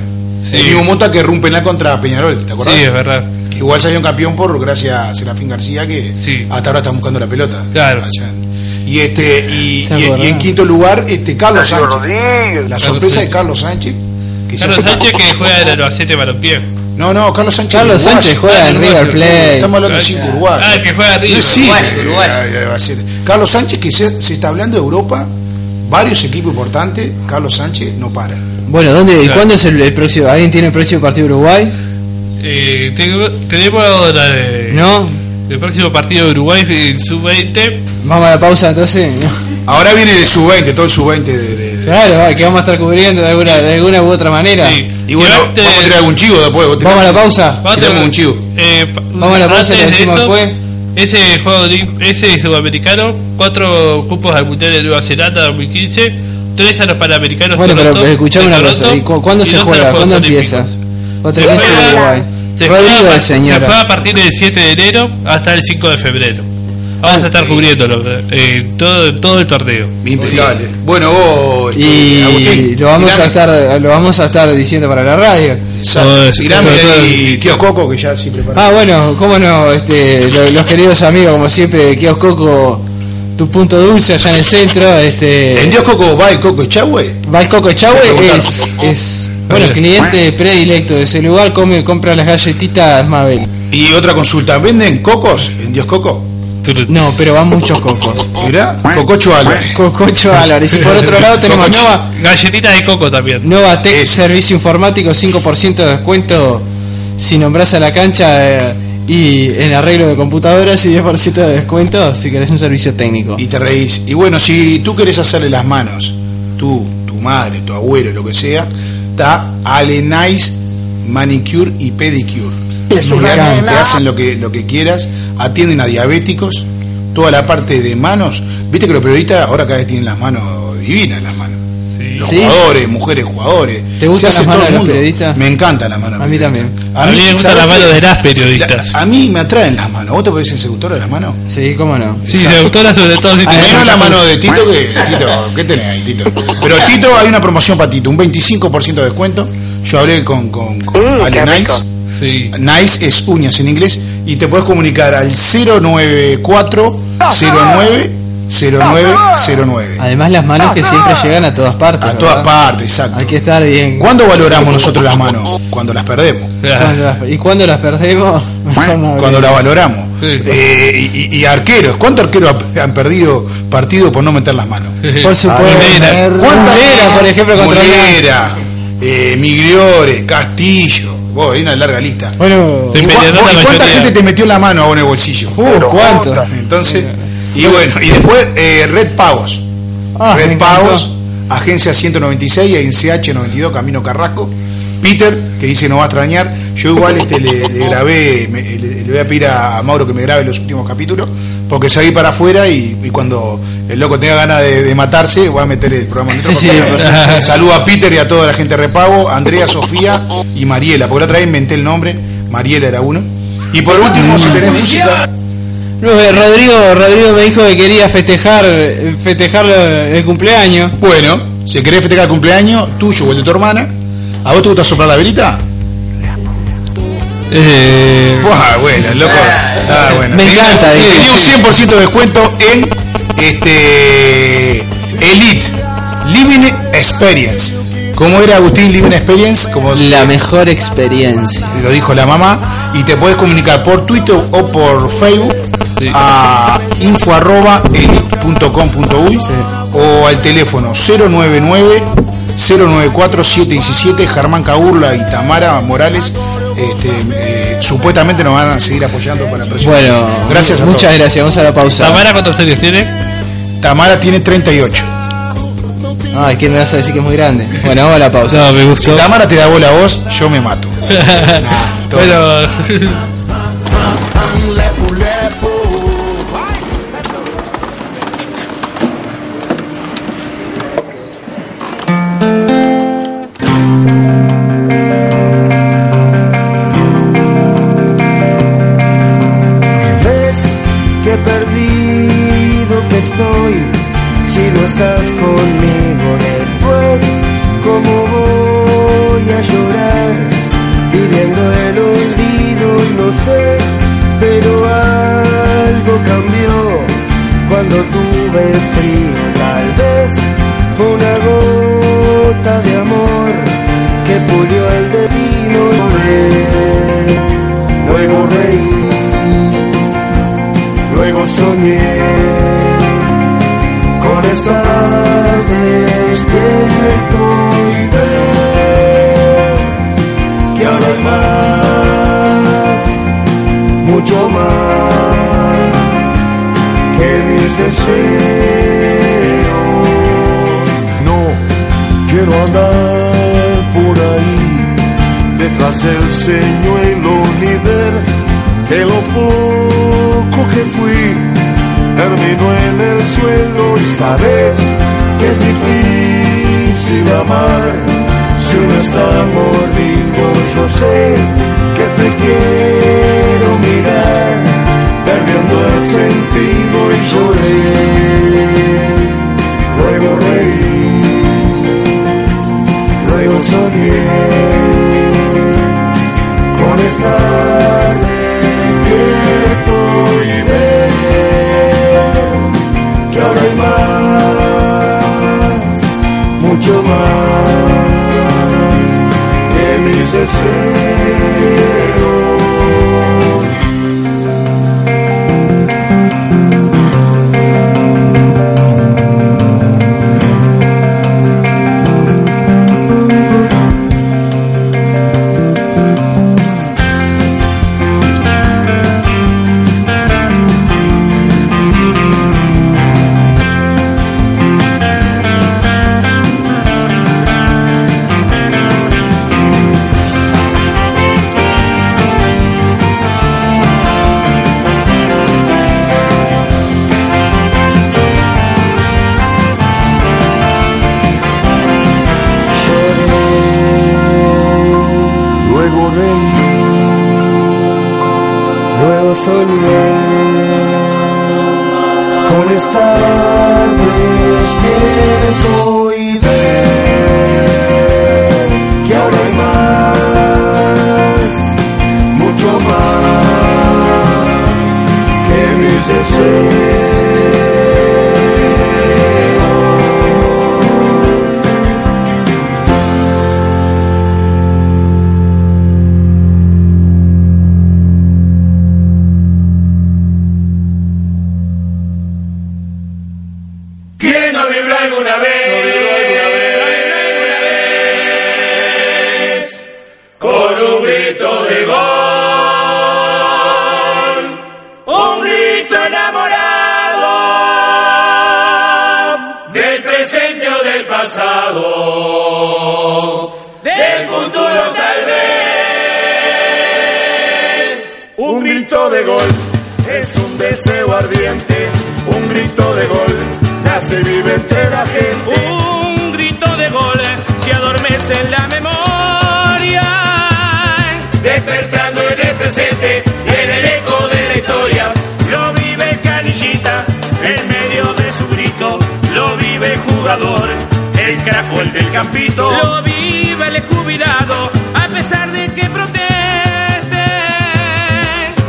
Sí.
El mismo Mota que erró un penal contra Peñarol, ¿te acordás?
Sí, es verdad.
Que igual salió un campeón por gracias a Serafín García que
Sí.
hasta ahora está buscando la pelota.
Claro.
Allá. Y este y,
¿Te
y- y
acordás?
en quinto lugar este Carlos
Darío
Sánchez.
Rodríguez,
La
Carlos
sorpresa de
Sánchez.
Carlos Sánchez. que ya
Carlos
se-
Sánchez que juega en Albacete Balompié.
No, no, Carlos Sánchez.
Carlos
uruguayo.
Sánchez juega en
Uruguayo,
River Plate.
Estamos hablando de cinco uruguayos.
Ah, el que juega arriba.
No existe.
Uruguayo, uruguayo.
Ay, ay, va a ser. Carlos Sánchez que se, se está hablando de Europa, varios equipos importantes, Carlos Sánchez no para.
Bueno, ¿dónde,
Claro.
¿cuándo es el, el próximo? ¿Alguien tiene el próximo partido de Uruguay?
Eh, tengo- tenemos la de-
¿No?
el próximo partido de Uruguay, eh, el sub-20.
Vamos a la pausa entonces. [LAUGHS] ¿no?
Ahora viene el sub-20, todo el sub-20 de, de- de-
Claro, va, que vamos a estar cubriendo de alguna, de alguna u otra manera.
Sí.
Y bueno,
Llevate-
vamos a tirar algún chivo después. vos tenés-
Vamos a la pausa.
Vamos a
Tiramos
tener-
un chivo.
eh, pa-
Vamos a la pausa y
antes
lo
de
decimos
eso,
después.
Ese juego de- ese sudamericano, cuatro cupos al Mundial de Nueva Zelanda 2015, tres a los Panamericanos
Bueno,
Toronto,
pero escuchame
de
una
Toronto,
cosa. ¿y cu- ¿Cuándo
y
se
dos a los
juega?
Juegos
¿Cuándo
Olímpicos.
empieza? Otra
Se
vez
juega-
con Uruguay.
Se juega,
Rodríguez,
se juega a
señora.
partir del 7 de enero hasta el 5 de febrero. Vamos a estar
Ah,
cubriéndolo eh, todo, todo el torneo.
Impecable. Bueno, vos, este,
Y
Agustín,
lo vamos
tirame-
a estar, lo vamos a estar diciendo para la radio.
Todo eso,
Tirame
sobre todo
ahí, tío Coco, que ya sí preparó.
Ah, bueno, cómo no, este, lo- los queridos amigos, como siempre, Kios Coco, tu punto dulce allá en el centro, este.
¿En Dios Coco va el Coco Chahue?
Bar Coco Chahue
Preguntar.
es, es bueno, cliente predilecto de ese lugar, come, compra las galletitas Mabel.
Y otra consulta, ¿venden cocos en Dios Coco?
No, pero van muchos cocos.
Mirá, Cococho Álvarez. [LAUGHS]
Cococho Álvarez. Y por otro lado tenemos
Cococho.
Nova,
Galletitas Ah, de coco también.
Nova Tech
Es.
Servicio Informático, 5% de descuento si nombras a la cancha eh, y en arreglo de computadoras y 10% de descuento si querés un servicio técnico.
Y te reís. Y bueno, si tú querés hacerle las manos, tú, tu madre, tu abuelo, lo que sea, está Alenais Manicure y Pedicure.
Es una
Mirá, Te
nena.
hacen lo que, lo que quieras, atienden a diabéticos, toda la parte de manos. Viste que los periodistas ahora cada vez tienen las manos divinas, las manos.
Sí.
Los
Sí.
jugadores, mujeres, jugadores.
¿Te gustan
Se
las
hace
manos
todo el
de los
mundo.
periodistas?
Me encantan las manos.
A
de
mí
los
también.
periodistas.
A mí me gustan
¿sabes
las
qué?
manos de las periodistas.
A mí me atraen las manos. ¿Vos te podés seductor de las manos?
Sí, cómo no.
Sí, de autora sobre todo. Si
Ah,
Te
te-
menos la mano de Tito que. Tito, ¿qué tenés ahí, Tito? Pero Tito, hay una promoción para Tito, un 25% de descuento. Yo hablé con, con, con
Mm,
Ale
qué
Nice.
rico.
Sí.
Nice es uñas en inglés. Y te puedes comunicar al 094 09 0909.
Además las manos que siempre llegan a todas partes.
Ah, A todas
¿verdad?
partes, exacto.
Hay que estar bien.
¿Cuándo valoramos nosotros las manos? Cuando las perdemos.
Cuando
[LAUGHS]
las- ¿Y cuando las perdemos? [LAUGHS] Mejor no hablemos.
Cuando las valoramos.
Sí.
Eh, y, y- y arqueros. ¿Cuántos arqueros ha- han perdido partido por no meter las manos?
[LAUGHS]
Por supuesto.
Ah,
Mulera.
¿Cuántas
Mulera, por ejemplo, contra Lanús.
Mulera, eh, Migliore, Castillo. Vos, hay una larga lista.
Bueno,
Sí.
¿Y, cua-
Peñarol
vos-
la
y cuánta
mayoría.
gente te metió la mano vos en el bolsillo?
uh, cuánto.
Entonces, y bueno, y después eh, Red Pagos.
Ah, me
Red
encantó.
Pagos, Agencia 196, en CH92, Camino Carrasco. Peter, que dice no va a extrañar. Yo igual este, le, le grabé, me- le, le voy a pedir a Mauro que me grabe los últimos capítulos, porque salí para afuera y, y cuando el loco tenga ganas de, de matarse, voy a meter el programa en otro
Sí, sí,
contexto. [LAUGHS] Saludo a Peter y a toda la gente de Repago, Andrea, Sofía y Mariela, porque la otra vez inventé el nombre, Mariela era uno. Y por último, si tenés música,
No, eh, Rodrigo, Rodrigo me dijo que quería festejar eh, festejar eh, el cumpleaños.
Bueno, si querés festejar el cumpleaños, tuyo o el de tu hermana, ¿a vos te gusta soplar la velita?
Eh,
Buah, bueno, loco. Ah, bueno.
Me
Tenía-
encanta,
sí,
eh,
Tenía
sí.
un 100% de descuento en este Elite Living Experience. ¿Cómo era Agustín Living Experience? Como
La mejor experiencia.
te lo dijo la mamá. Y te puedes comunicar por Twitter o por Facebook
Sí.
a info.elite.com.uy o al teléfono 099 094 717 Germán Caburla y Tamara Morales. Este, eh, supuestamente nos van a seguir apoyando para presionar.
Bueno,
gracias a
muchas
todos.
gracias. Vamos a la pausa.
Tamara, ¿cuántos años tiene?
Tamara tiene 38.
Ay, ¿quién me vas a decir que Ah, es muy grande? Bueno, vamos a la pausa.
No, me
Si
gustó.
Tamara te da bola a vos, yo me mato. todo.
bueno.
Ves que perdido que estoy si no estás conmigo después. ¿Cómo voy a llorar viviendo el olvido? No sé, pero algo cambió cuando tuve frío. Tal vez fue una gota de amor que pulió el destino. Lloré, Luego reí luego soñé con estar despierto y ver que ahora hay más, mucho más que mis deseos. No quiero andar por ahí detrás del señuelo ni ver que lo poco que fui terminó en el suelo y sabes que es difícil amar si uno está mordido yo sé que te quiero mirar perdiendo el sentido y lloré luego reí luego soñé con estar despierto y ver que ahora hay más, mucho más que mis deseos. Luego reí, luego soñé con estar despierto y ver que ahora hay más, mucho más que mis deseos.
¿Quién no vivió alguna vez? Con un grito de gol. Un grito enamorado. Del presente o del pasado. Del futuro tal vez.
Un grito de gol es un deseo ardiente. Un grito de gol nace y vive entre la gente.
Un grito de gol se adormece en la memoria, despertando en el presente y en el eco de la historia. Lo vive el canillita en medio de su grito, lo vive el jugador, el crapo, el del campito.
Lo
vive el jubilado a pesar de que proteste.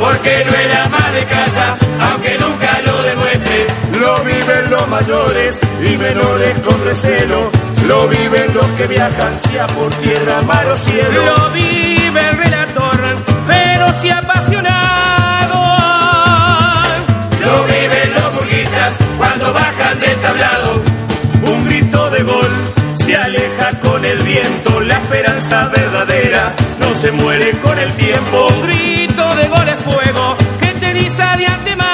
porque no era más de casa, aunque nunca lo demuestre.
Lo viven los mayores y menores con recelo. Lo viven los que viajan, sea por tierra, mar o cielo.
Lo vive el relator, feroz y apasionado. Lo viven los burguistas cuando bajan del tablado.
Un grito de gol se aleja con el viento. La esperanza verdadera no se muere con el tiempo.
Un grito de gol es fuego que te eriza de antemano.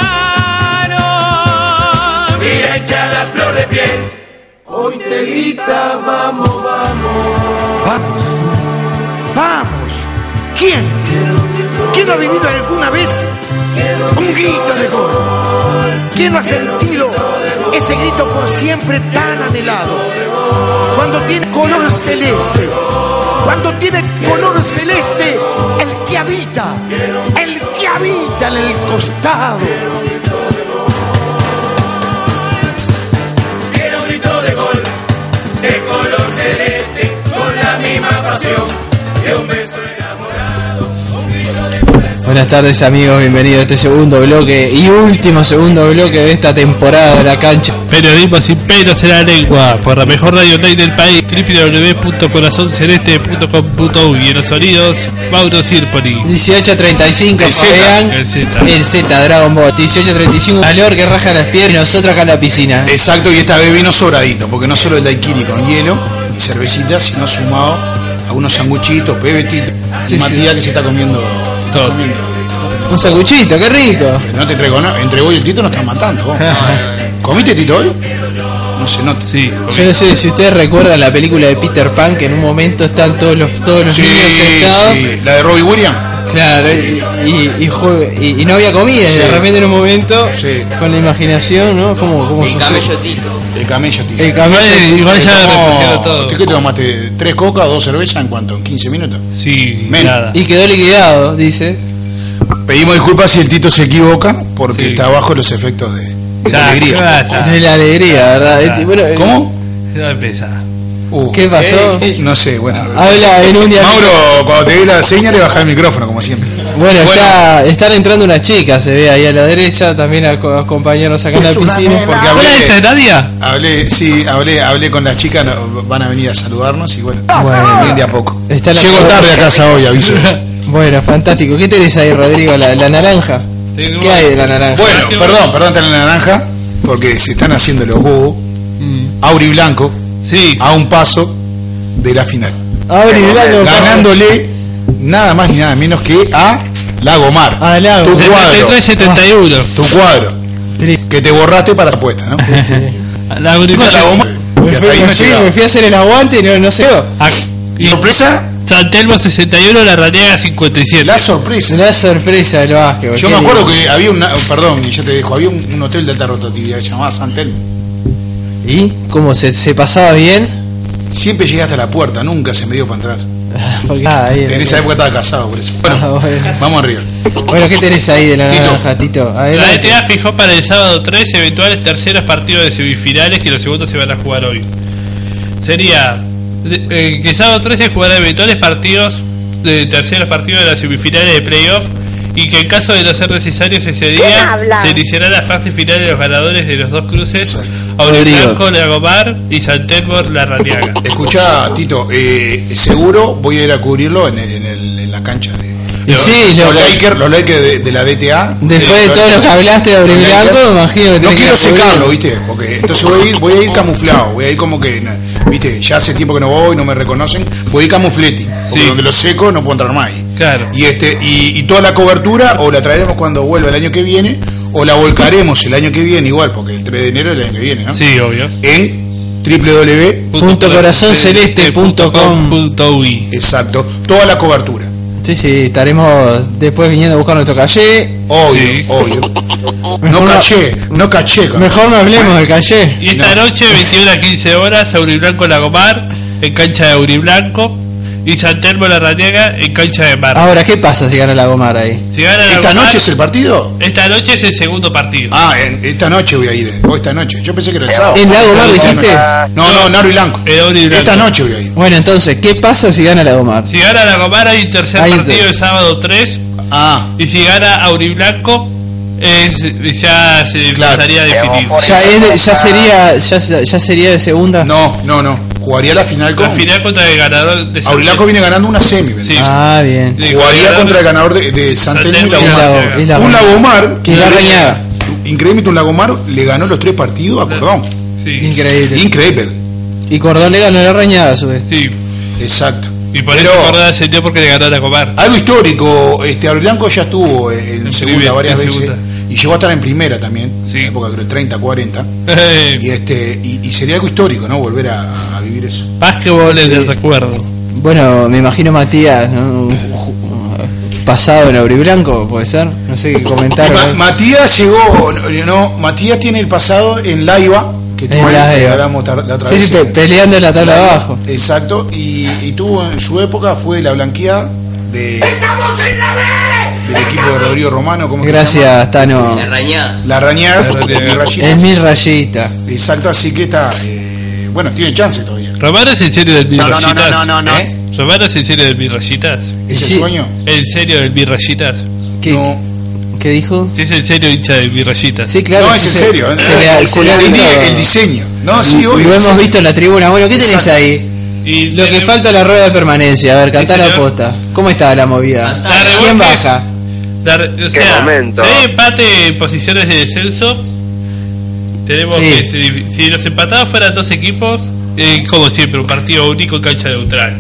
Y la hinchada flor de piel.
Hoy te grita, vamos, vamos.
Vamos, vamos. ¿Quién? ¿Quién no ha vivido alguna vez un grito de gol? ¿Quién no ha sentido ese grito por siempre tan anhelado? Cuando tiene color celeste, cuando tiene color celeste el que habita, el que habita en el costado.
Era un grito de gol, de color celeste, con la misma pasión de un beso enamorado. Un grito de gol es
Buenas tardes amigos, bienvenidos a este segundo bloque y último segundo bloque de esta temporada de la cancha.
[LAUGHS] Periodismo sin pelos en la lengua. Por la mejor radio online del país, www.corazonceleste.com.uy. Y en los sonidos, Mauro Sirpoli.
1835
El Z,
Fabián,
el
el
Z.
Z. Dragon Ball, 1835 Valor que raja las piedras y nosotros acá en la piscina.
Exacto, y esta vez vino sobradito, porque no solo el daiquiri con hielo y cervecita, sino sumado a unos sanguchitos, pebetitos, y
Sí,
Matías que se está comiendo
Todo.
Un sanguchito, qué rico.
Pero no te traigo nada, entre vos y el Tito nos están matando. vos. ¿Comiste Tito hoy? No se nota.
Sí,
Yo no sé si ustedes recuerdan la película de Peter Pan que en un momento están todos los todos los
Sí,
niños sentados.
sí, la de Robbie Williams.
Claro, y, y- y jue- y- y no había comida, y
Sí.
de repente en un momento,
Sí.
con la imaginación, ¿no? ¿Cómo, cómo
El
se-
camellotito.
El camello, Tito.
El camello,
Igual- igual ya
Tomó-
repusieron todo.
¿Tú qué te tomaste? ¿Tres cocas, dos cervezas en cuánto? ¿En 15 minutos?
Sí,
Men.
nada.
Y quedó liquidado, dice.
Pedimos disculpas si el Tito se equivoca, porque
Sí.
está bajo los efectos de, de
Ya, ¿qué
alegría.
pasa?
De la alegría, ¿verdad? Este, bueno, eh,
¿Cómo?
Ya empezá.
Uh,
¿Qué pasó? Ah,
eh, no sé, bueno.
Habla en un día.
Mauro, cuando te dé la señal le bajá el micrófono, como siempre.
Bueno,
Bueno.
Está, están entrando unas chicas, se ve ahí a la derecha, también a, co- a compañeros acá en la piscina.
Porque
¿Hola esa es
hablé,
Nadia?
hablé, sí, hablé, hablé con las chicas, no, van a venir a saludarnos y bueno,
Bueno.
bien de a poco.
Ah, Está la-
Llego tarde a casa
[LAUGHS]
hoy, aviso.
Bueno, fantástico. ¿Qué tenés ahí, Rodrigo? La, la naranja.
Tengo-
¿Qué hay de la naranja?
Bueno, perdón, perdón, está la naranja, porque se están haciendo los bobos.
Mm.
Auri Blanco,
Sí.
a un paso de la final.
Abre
eh,
y dale,
Ganándole nada más ni nada menos que a Lagomar.
A Lago.
Tu cuadro.
73-71.
Tu cuadro.
Triste.
Que te borraste para la apuesta, ¿no?
Ah. La
Tú a Lagomar. Y
Me
hasta
fui,
ahí no
me fui-
llegaba.
me fui a hacer el aguante y no, no se dio.
Ah,
Y
Y
sorpresa,
San Telmo 61, la Raniaga 57.
la sorpresa.
La sorpresa del básquetbol.
Yo
qué
me
lindo.
acuerdo que había un, perdón, y yo te dejo, había un, un hotel de alta rotatividad que se llamaba Santel.
¿Y cómo se, se pasaba bien?
Siempre llegué hasta la puerta, nunca se me dio para entrar.
Porque- ah, ahí,
En esa época estaba casado, por eso.
Ah,
Bueno,
bueno.
vamos arriba.
Bueno, ¿qué tenés ahí de la
Tito.
naranja, Tito?
La
Adelante.
ETA fijó para el sábado 3 eventuales terceros partidos de semifinales que los segundos se van a jugar hoy. Sería de- eh, que el sábado 13 jugará eventuales partidos de terceros partidos de las semifinales de playoff y que en caso de no ser necesarios ese día
habla?
se iniciará la fase final de los ganadores de los dos cruces,
Exacto.
Auriblanco Lagomar y Santelmor Larraniaga.
Escucha, Tito, eh, seguro voy a ir a cubrirlo en, el- en el- en la cancha de.
Y sí,
los
lo que-
Lakers, los Lakers de, de la DTA.
Después de todo lo que hablaste de Abril
Los Lakers.
Blanco, me imagino que
No
tenés que
quiero
ir a cubrir.
secarlo, ¿viste? Porque entonces voy a ir, voy a ir camuflado, voy a ir como que, na- ¿viste? Ya hace tiempo que no voy, no me reconocen, voy a ir camufleti, porque
Sí.
donde lo seco no puedo entrar más ahí.
Claro.
Y este y, y toda la cobertura o la traeremos cuando vuelva el año que viene o la volcaremos el año que viene igual, porque el 3 de enero del año que viene, ¿no?
Sí, obvio.
En www,
Punto corazonceleste punto com.
eh, punto uy.
exacto, toda la cobertura.
Sí, sí, estaremos después viniendo a buscar nuestro calle.
Obvio,
Sí.
obvio.
Mejor
No
no-
caché, no caché. cabrón.
Mejor no hablemos del calle.
Y esta noche, 21 a 15 horas, Auriblanco Lagomar, en cancha de Auriblanco. y San Telmo La Raniega en cancha de mar.
Ahora, ¿qué pasa si gana la Gomar ahí?
Si gana la
Ah, ¿Esta
Gomar,
noche es el partido?
esta noche es el segundo partido.
Ah, en- esta noche voy a ir. eh, O esta noche. Yo pensé que era el sábado.
¿En la Gomar dijiste?
No, no, Naro y Blanco.
El oro y blanco.
Esta noche voy a ir.
Bueno, entonces, ¿qué pasa si gana la Gomar?
Si gana la Gomar hay tercer
Hay
partido
inter-
el sábado 3
Ah,
y si gana Auriblanco es, ya se
Claro.
estaría definido.
Ya, es de- ya sería ya, ya sería de segunda.
no, no, no. Jugaría la final con.
La final contra el ganador de San
Aurilaco viene ganando una semi. ¿verdad?
Sí.
Ah, bien.
Sí,
Jugaría
ganador-
contra el ganador de, de San
San
Telmo y
Telmo.
Es
Lagomar.
la, es la-
Un Lagomar.
Que la reñaga.
Increíble, un Lagomar le ganó los tres partidos a Cordón.
Sí,
Increíble.
Increíble.
Y Cordón le ganó la reñada a su vez.
sí.
Exacto.
Y por
Pero-
eso Córdoba ascendió porque le ganó la
[LAUGHS]
Gomar.
Algo histórico, este Abel Blanco ya estuvo en,
En
segunda
primera,
varias
en
veces
segunda.
y llegó a estar en primera también,
Sí.
en la época creo 30, 40 y este y, y sería algo histórico, ¿no? Volver a, a vivir eso.
Básquetbol en el recuerdo.
Bueno, me imagino Matías, ¿no? Un ju- pasado en Auriblanco, puede ser. No sé qué comentar.
Ma-
¿no?
Matías llegó, no, no, Matías tiene el pasado en Laiva, que tuvo
En
ahí,
Laiva.
que hablamos tar- la otra
Sí,
vez.
sí, pe- peleando en la tabla
Laiva,
abajo.
Exacto, y, y tuvo en su época fue la blanqueada de del equipo de Rodrigo Romano, ¿cómo que se llama?
Gracias, Tano.
La rañada.
La rañada,
La Rañaga.
con rayitas.
Es mi rayita.
Exacto, así que está. eh, bueno, tiene chance todavía.
Romano es en serio del
No, no, no,
Birrayitas.
no, no, no.
¿Eh?
Romano es en serio del Birrayitas.
¿Es el
Sí.
sueño?
En serio del Birrayitas.
¿Qué,
No.
¿Qué dijo?
Si es en serio hincha del Birrayitas.
Sí, claro.
no,
sí
es en
se-
serio. ¿eh?
Se le ha, se le ha
El
visto,
di- el diseño. No, sí,
lo
obvio.
hemos
sí.
visto en la tribuna. Bueno, ¿qué tenés
Exacto.
ahí?
Y
Lo que
tenemos-
falta es la rueda de permanencia. A ver, cantá la
señor.
posta. ¿Cómo está la movida?
La de
¿Quién
Borges,
baja?
la re- o sea,
momento.
si hay empate en posiciones de descenso, tenemos
Sí.
que. Si, si los empatados fueran dos equipos, eh, como siempre, un partido único en cancha neutral.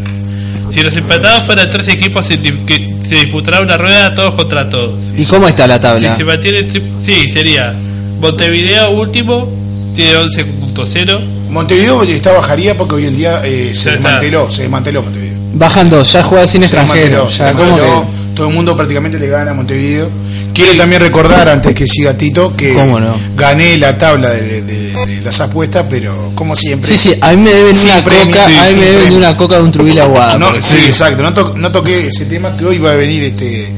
Si los empatados fueran tres equipos, se, di- que se disputará una rueda todos contra todos.
¿Y cómo está la
Si
tabla?
se mantiene. tri- Sí, sería Montevideo último, tiene 11.0.
Montevideo está bajaría porque hoy en día eh, se
Ya está.
desmanteló. Se desmanteló Montevideo.
Bajan dos, ya juega sin
Se
extranjero.
desmanteló,
O
se
sea, ¿cómo
desmanteló.
que-
Todo el mundo prácticamente le gana a Montevideo. Quiero también recordar, antes que siga Tito, que
¿Cómo no?
gané la tabla de, de- de las apuestas, pero como siempre.
Sí, sí, a mí me deben
Sin
una
premio,
coca,
sí,
a mí
sin
me deben
premio.
una coca de un trubil aguado.
No,
por
sí,
ejemplo.
exacto. No, to- no toqué ese tema que hoy va a venir este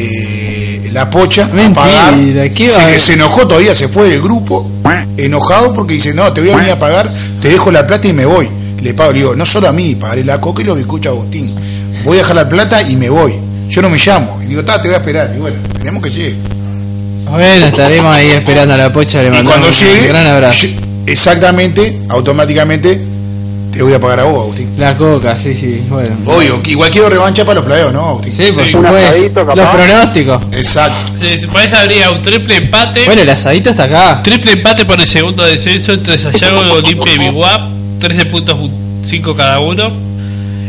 eh, la pocha
Mentira,
a pagar.
¿qué
se,
va a-
se enojó todavía, se fue del grupo, enojado porque dice, no, te voy a venir a pagar, te dejo la plata y me voy. Le pago, le digo, no solo a mí, pagaré la coca y lo bizcochos a Agustín. Voy a dejar la plata y me voy. Yo no me llamo. Y digo, ta, te voy a esperar. Y bueno, tenemos que llegue.
Bueno, estaremos ahí esperando a la pocha, le
Y
mandamos
cuando
un
llegue,
gran abrazo.
lle- exactamente, automáticamente, te voy a pagar a vos, Agustín.
La coca, sí, sí, bueno.
Obvio, igual quiero revancha para los playeos, ¿no, Agustín?
Sí, por
Sí.
Un
supuesto.
asadito, capaz.
Los pronósticos.
Exacto.
Se- Por eso habría un triple empate.
Bueno, el asadito está acá.
Triple empate por el segundo descenso entre Sayago, Olimpia y Biguap, 13.5 cada uno.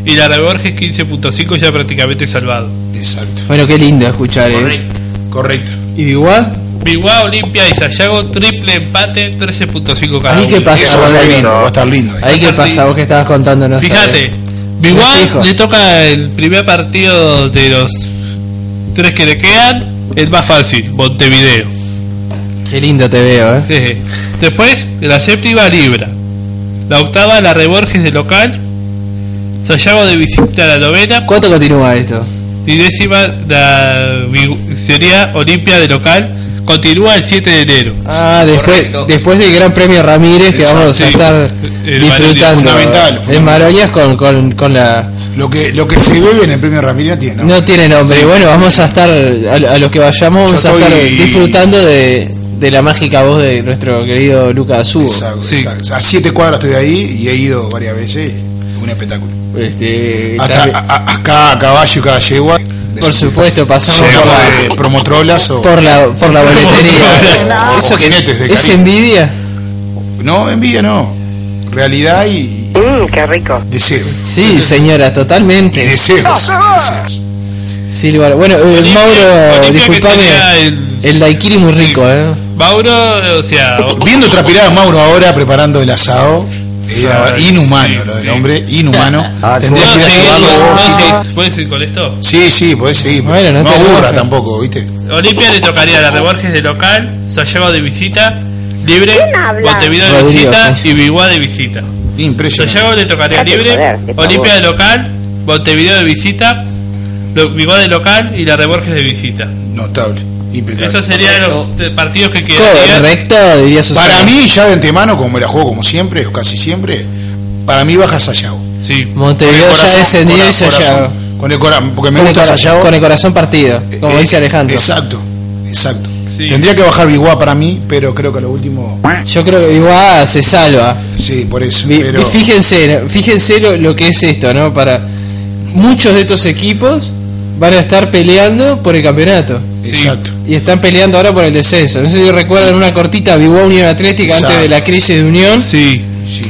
Y la de Borges 15.5 ya prácticamente salvado.
Exacto.
Bueno, qué lindo escuchar, eh.
Correcto.
Correcto.
¿Y igual?
Biguap, Olimpia y Sayago, triple empate, 13.5 cada
¿A mí
uno.
qué pasa?
Eso va a
vos?
estar
Ahí?
lindo, va a estar lindo.
Ahí qué pasa, vos que estabas contándonos.
Fíjate,
¿sabes?
Biguap
Fijo.
le toca el primer partido de los tres que le quedan, el más fácil, Montevideo.
Qué lindo te veo, eh.
Sí. Después, la séptima Libra. La octava, la Reborges de local. Sayago de visita a la novena.
¿Cuánto continúa esto?
Y décima la, vi- sería Olimpia de local. Continúa el 7 de enero.
Ah, después,
correcto.
después del Gran Premio Ramírez que
Exacto,
vamos a
sí.
estar
El
disfrutando
Maroñas, fundamental,
en
fundamental.
Maroñas con, con, con la...
Lo que, lo que se bebe en el premio Ramírez no tiene, ¿no?
No tiene nombre, y bueno, vamos a estar, a, a los que vayamos, vamos a estar
estoy-
disfrutando de, de la mágica voz de nuestro querido Lucas Hugo.
Exacto,
Sí.
exacto. A siete cuadras estoy ahí y he ido varias veces. Un espectáculo.
Este,
Hasta
también-
a- a- a cada caballo y cada yegua. ah, de
por
su-
supuesto, pasamos
yegua
por la,
de promotrolas o.
por la, por la boletería.
[LAUGHS] o
Eso que
jinetes de
es
cariño.
envidia.
No, envidia no. Realidad y
Mmm, qué rico.
deseo.
Sí, señora,
Y
totalmente.
deseos. deseos.
Silva, bueno, eh,
Olimpia-
Mauro,
Olimpia que sería
disculpame.
el-
El daiquiri muy rico, eh.
Mauro, o sea, o-
Viendo transpirar a Mauro ahora preparando el asado. Era
Claro,
inhumano
sí,
lo del
sí.
hombre, inhumano.
Ah,
Tendría
¿puedo
que ir a
seguir,
ayudarlo
con-
vos,
puedo
Tito.
seguir- puedo seguir con esto?
Sí, sí, podés seguir.
Bueno, no
no
te
aburra
enojes.
tampoco, ¿viste?
Olimpia le tocaría a la Reborges de local. Sayago de visita. Libre,
¿Quién habla?
Montevideo de
Rodrigo,
visita
sí.
y Biguá de visita.
Impresionante.
Sayago le tocaría
Date de
libre,
joder, por
Olimpia
favor.
de local, Montevideo de visita, lo- Vigó de local y la Reborges de visita.
Notable. impecable.
Esos serían los eh, partidos que quedarían.
Correcto, diría Susana.
Para mí, ya de antemano, como era juego como siempre, o casi siempre, para mí baja Sayago.
Sí.
Montevideo ya descendido y Sayago.
Con el corazón, porque me
Con el,
gusta
cora-
Sayago.
con el corazón partido, como
Eh,
dice Alejandro.
Exacto, exacto.
Sí.
Tendría que bajar Biguá para mí, pero creo que a lo último.
Yo creo que igual se salva.
Sí, por eso.
Vi-
pero
y fíjense, fíjense lo, lo que es esto, ¿no? Para muchos de estos equipos van a estar peleando por el campeonato.
Exacto.
Y están peleando ahora por el descenso. No sé si recuerdan una cortita Vivo Unión Atlética antes
Exacto.
de la crisis de Unión.
Sí.
Sí.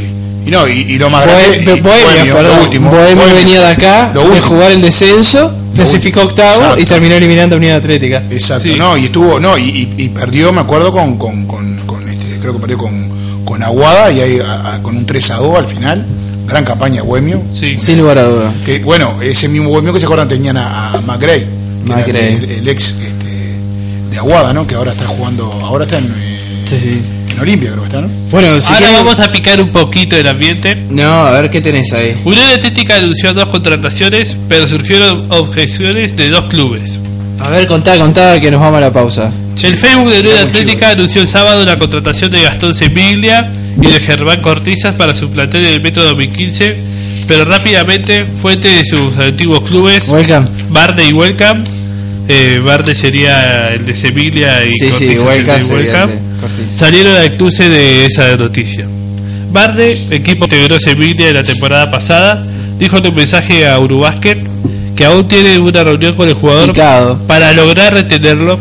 Y no, y, y lo más grande.
Bohemia,
y
Bohemia,
Bohemio,
perdón.
lo último.
Bohemia
Bohemio.
venía de acá
Lo
de
último.
jugar el descenso, clasificó
último.
octavo y
Exacto.
terminó eliminando a Unión Atlética.
Exacto,
Sí.
no, y estuvo, no, y, y- y perdió, me acuerdo, con, con, con, con este, creo que perdió con, con Aguada y ahí a- a- con un 3 a 2 al final. Gran campaña Bohemio.
Sí.
Sin lugar a duda.
Que bueno, ese mismo Bohemio que se acuerdan tenían a, a McRae, que era
McRae.
El, el ex este, de Aguada, ¿no? Que ahora está jugando, ahora está en, eh,
Sí, sí.
en Olimpia, creo que está, ¿no?
Bueno, si
Ahora
quieren-
vamos a picar un poquito el ambiente.
No, a ver qué tenés ahí.
Unión Atlética anunció dos contrataciones, pero surgieron objeciones de dos clubes.
A ver, contá, contá que nos vamos a la pausa.
El Facebook de Unión Atlética anunció el sábado la contratación de Gastón Semiglia y de Germán Cortizas para su plantel del Metro 2015, pero rápidamente fuente de sus antiguos clubes,
Welcome.
Barney y Welcome, eh, Barney sería el de Semiglia y
Sí, sí,
Cortizas el de
Welcome sería el
Welcome,
de Cortizas.
salieron al cruce de esa noticia. Barney, equipo que ganó Sevilla en la temporada pasada, dijo en un mensaje a Urubásquet que aún tiene una reunión con el jugador
Picado.
para lograr retenerlo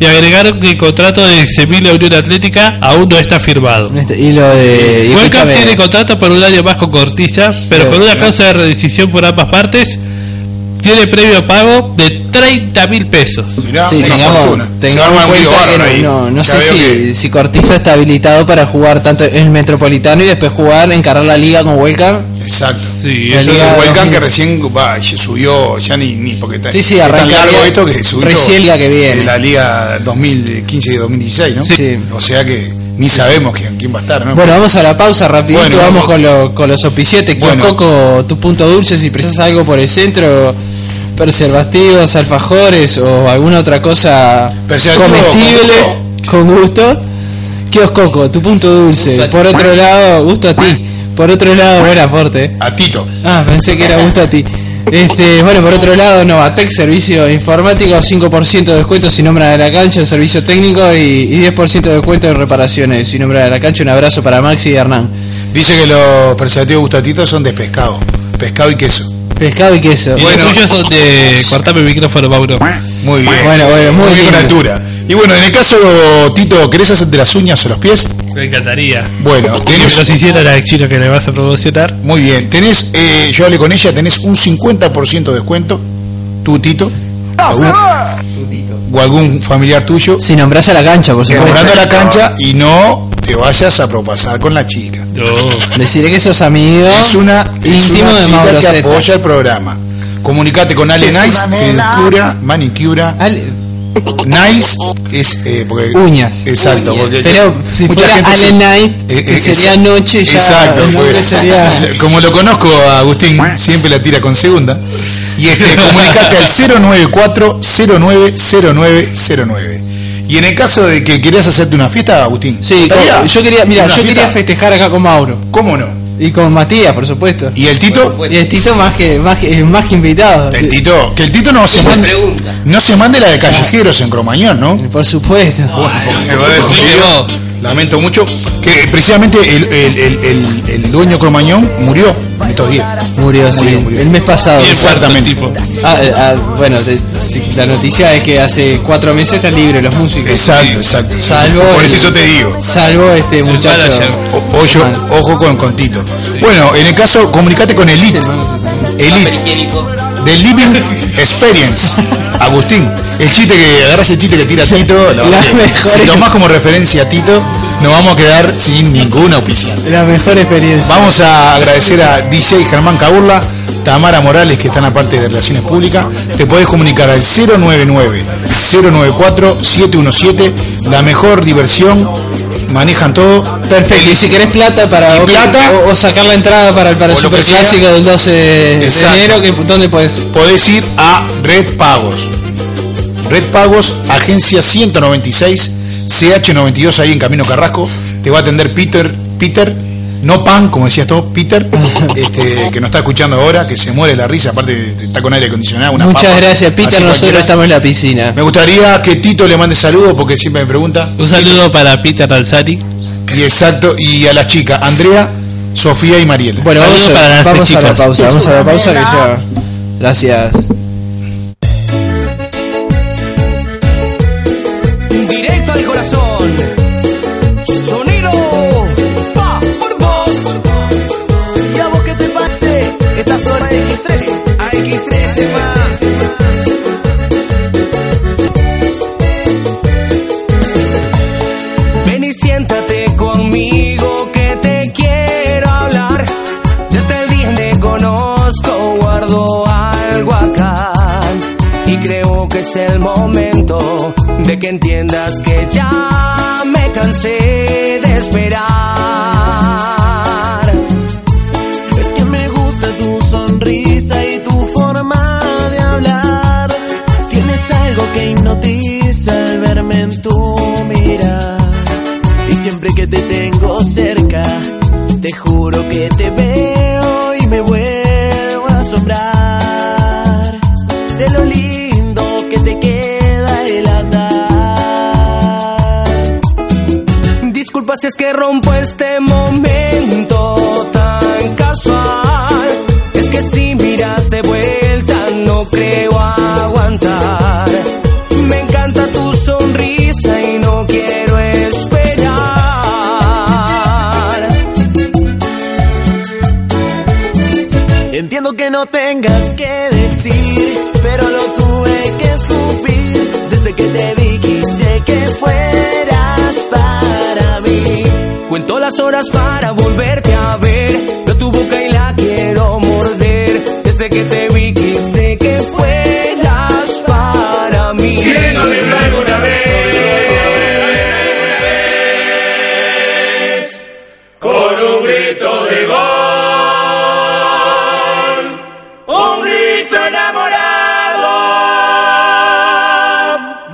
y agregaron que el contrato de Sevilla Unión Atlética aún no está firmado.
Este- Y lo
Eh,
de. y
Welcome
escúchame,
tiene contrato por un año más con Cortiza, pero
Claro,
con una
claro.
causa de redecisión por ambas partes. Tiene previo pago de 30 mil pesos.
Mirá,
sí,
una fortuna.
tengamos,
Se va a
tengamos
armar
en
un lío
cuenta que
bárbaro ahí.
no, no
Ya
sé
veo
si,
que-
si Cortiza está habilitado para jugar tanto en el Metropolitano y después jugar, encarar la liga con Welcome.
Exacto.
Sí,
La
eso-
liga-
El Volcán
2000.
que recién va, ya subió, ya ni, ni porque está,
Sí, sí,
es tan
arrancaría
largo esto que subió
recién la que viene.
de la liga 2015 y 2016, ¿no?
Sí.
O sea que ni sabemos quién, quién va a estar, ¿no?
Bueno, vamos a la pausa rapidito,
Bueno,
vamos
vamos.
con, lo- con los opisietes,
Bueno.
Coco, tu punto dulce, si precisas algo por el centro, preservativos, alfajores o alguna otra cosa
Preservativo,
comestible, con gusto. Kiosco Coco, tu punto dulce, por otro lado, gusto a ti, por otro lado, buen aporte. eh.
A Tito.
Ah, pensé que era gusto a ti. Este, bueno, por otro lado, Novatec, servicio informático, 5% de descuento si nombra de la cancha, servicio técnico y, y 10% de descuento en reparaciones si nombra de la cancha. Un abrazo para Maxi y Hernán.
Dice que los preservativos gustatitos son de pescado. Pescado y queso.
Pescado y queso.
Y los tuyos son de... Cortame el micrófono, Mauro.
Muy bien.
Bueno, bueno, muy
bien con
lindo.
altura. Y bueno, en el caso, Tito, ¿querés hacerte las uñas o los pies?
Me encantaría.
Bueno,
Que
tenés,
nos hiciera la chino que le vas a promocionar.
muy bien. Tenés, eh, yo hablé con ella, tenés un 50% de descuento. Tú, Tito.
Ah,
algún- O algún familiar tuyo.
Si nombras a la cancha, por
Comprando
supuesto.
la cancha y no te vayas a propasar con la chica.
No.
Deciré que sos amigo
Es una, es
íntimo
una
de
chica
Mauro
que
Zeta.
apoya el programa. Comunicate con Ale Nice, pedicura,
[LAUGHS]
manicura.
Ale-
Nice es eh, porque-
Uñas.
Exacto,
Uñas.
porque
Pero si fuera Ale
se-
Knight, que sería noche ya,
Eh, Exacto,
el nombre
porque- [LAUGHS]
sería-
como lo conozco a Agustín, siempre la tira con segunda. Y
[LAUGHS]
este, comunicate al 094 090909 Y en el caso de que quieras hacerte una fiesta, Agustín.
Sí,
¿estaría
como- yo quería, mira,
una
yo
fiesta?
quería festejar acá con Mauro
¿Cómo no?
y con Matías, por supuesto.
¿Y el Tito?
Bueno,
Y el Tito más que más que, más que invitado.
Pues El Tito, que el Tito no se
Esa
mande,
pregunta.
no se mande la de callejeros en Cromañón, ¿no?
Por supuesto.
Porque va a haber conmigo, Lamento mucho que precisamente el, el- el- el- el dueño Cromañón murió en estos días.
Murió, sí,
Ah, Murió, murió.
el mes pasado.
Bien,
Exactamente.
tipo.
Ah, eh, ah, bueno, de- sí, la noticia es que hace cuatro meses están libres los músicos.
Exacto, exacto.
Salvo
Por
el-
eso te digo.
Salvo este muchacho.
manager.
O- ojo- ojo con, con Tito. Bueno, en el caso, comunicate con Elite.
papel
Elite.
higiénico.
The Living [LAUGHS] Experience. Agustín, el chiste que agarras el chiste que tira Tito, la
La
verdad que
mejor.
si tomás como referencia a Tito, nos vamos a quedar sin ninguna auspiciante.
La mejor experiencia.
Vamos a agradecer a DJ Germán Caburla, Tamara Morales, que están aparte de Relaciones Públicas. Te podés comunicar al 099-094-717, la mejor diversión manejan todo.
Perfecto, y si querés plata para
Y
o-
plata.
o, o sacar la entrada para, el- para el
O lo que
superclásico
sea.
del 12 de
Exacto.
enero, que, ¿dónde puedes?
Podés ir a Red Pagos. Red Pagos, agencia 196, CH92, ahí en Camino Carrasco. Te va a atender Peter, Peter, no Pan, como decías
[LAUGHS]
tú, Peter, este, que nos está escuchando ahora, que se muere la risa, aparte está con aire acondicionado. una
Muchas
papa,
gracias,
así
Peter. Nosotros
cualquiera.
estamos en la piscina.
Me gustaría que Tito le mande saludos porque siempre me pregunta.
Un saludo para Peter Alzari.
Y exacto, y a las chicas, Andrea, Sofía y Mariela.
Bueno,
Saludo
vamos, a-
para las
vamos a la
chicas.
pausa, vamos a la pausa que ya. Gracias.
Directo al corazón. Sonido. Pa, por vos. Y a vos que te pase. Esta suerte X3. A X3 más. Ven y siéntate conmigo que te quiero hablar. Desde el día en que conozco guardo algo acá. Y creo que es el momento de que entiendas que ya me cansé de esperar. Es que me gusta tu sonrisa y tu forma de hablar. Tienes algo que hipnotiza al verme en tu mirar. Y siempre que te tengo cerca, te juro que te veo y me vuelvo a asombrar de lo lindo que te queda el andar. Disculpa si es que rompo este momento tan casual. Es que si miras de vuelta no creo aguantar. Me encanta tu sonrisa y no quiero esperar. Entiendo que no tengas que decir, pero lo tuve que escupir. Desde que te vi quise que fueras para mí. Cuento las horas para volverte a ver. Veo tu boca y la quiero morder. Desde que te vi quise que fueras para mí.
Quiero verlo alguna vez con un grito de gol, un grito enamorado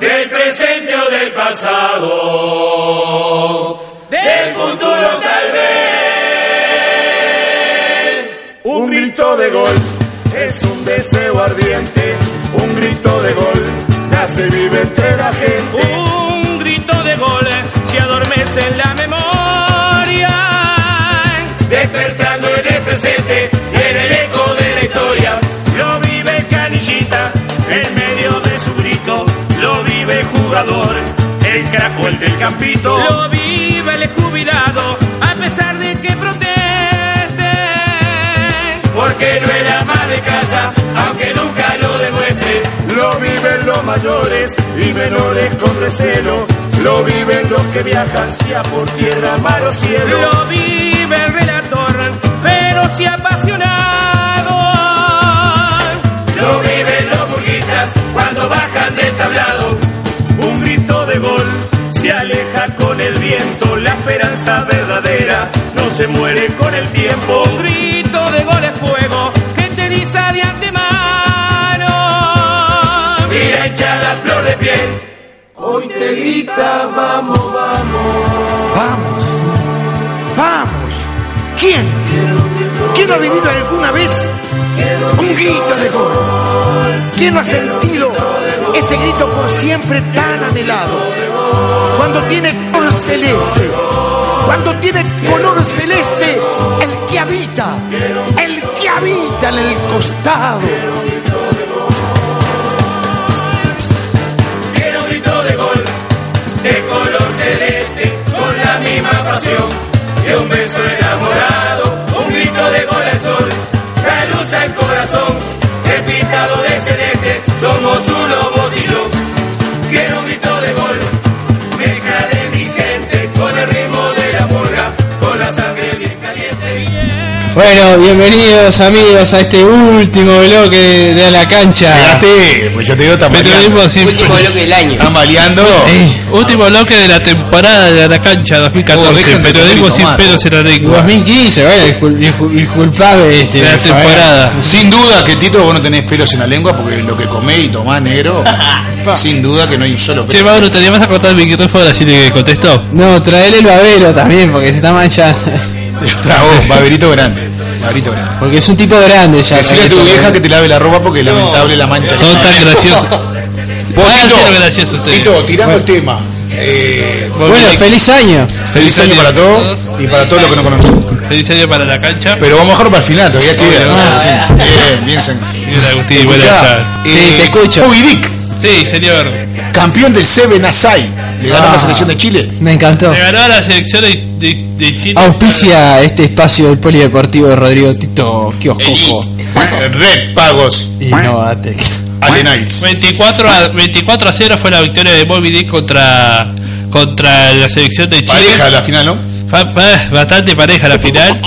del presente o del pasado, del futuro tal vez.
Un grito de gol es un deseo ardiente. Un grito de gol nace y vive entre la gente.
Un grito de gol se adormece en la memoria, despertando en el presente y en el eco de la historia. Lo vive Canillita en medio de su grito, lo vive el jugador, el crapo, el del campito. Lo vive el jubilado a pesar de que proteste, porque no es la más de casa, aunque nunca lo demuestre.
Lo viven los mayores y menores con recelo. Lo viven los que viajan, sea por tierra, mar o cielo.
Lo vive el relator, feroz y apasionado. Lo viven los burguistas cuando bajan del tablado.
Un grito de gol se aleja con el viento. La esperanza verdadera no se muere con el tiempo.
Un grito de gol es fuego que te eriza de antemano. Mira echada flor de piel.
Hoy te grita, vamos, vamos.
Vamos, vamos. ¿Quién? ¿Quién no ha vivido alguna vez un grito de gol? ¿Quién no ha sentido ese grito por siempre tan anhelado? Cuando tiene color celeste, cuando tiene color celeste el que habita, el que habita en el costado.
Quiero un grito de gol, de color celeste, con la misma pasión de un beso enamorado, un grito de gol al sol, la luz al corazón, repintado de celeste, somos uno vos y yo. Quiero un grito de gol, deja de mi gente, con el ritmo de la murga, con la sangre bien caliente. bien.
Bueno, bienvenidos amigos a este último bloque de A la Cancha.
Llegaste, pues ya te digo, está
Periodismo
maleando.
sin-
Último bloque del año.
Está maleando.
Eh, último bloque de la temporada de la cancha 2014.
Oh,
periodismo
déjame
sin
tomar.
pelos en la lengua.
2015, vale, discul- discul- disculpame este.
La
Rafael.
temporada.
Sin duda que Tito vos no tenés pelos en la lengua porque lo que comés y tomás negro, sin duda que no hay un solo
Che,
[LAUGHS] pelo.
Mauro, ¿te animás a cortar el micrófono así le contestó?
No, traele el babero también porque se está manchando. [LAUGHS]
Bravo, baberito grande. Baberito grande.
Porque es un tipo grande ya.
Decirle a tu
Raquito,
vieja
porque-
que te lave la ropa porque lamentable la mancha.
Son tan
[LAUGHS]
graciosos.
Vos,
Van a
Tito,
ser graciosos ustedes.
Tito, tirando el tema. Eh,
Bueno,
feliz,
feliz año.
feliz año para todos y para todos los que no conocen.
Feliz año para la cancha.
Pero vamos a dejarlo para el final, todavía queda.
Ah,
Agustín. Bien, bien, San-
Señor Agustín,
Escuchá, eh,
buenas tardes.
Sí, te escucho.
Bobby Dick,
Sí, señor.
campeón del Seven Asai. Le ganó a la selección de Chile.
Me encantó.
Le ganó a la selección de, de, de Chile.
Auspicia este espacio del polideportivo de Rodrigo Tito Kioscojo.
Red Pagos,
Y Novatec.
Alenais.
24 a, 24 a 0 fue la victoria de Bobby Dick contra, contra la selección de Chile.
Pareja la final, ¿no?
Fa- fa- bastante pareja la final.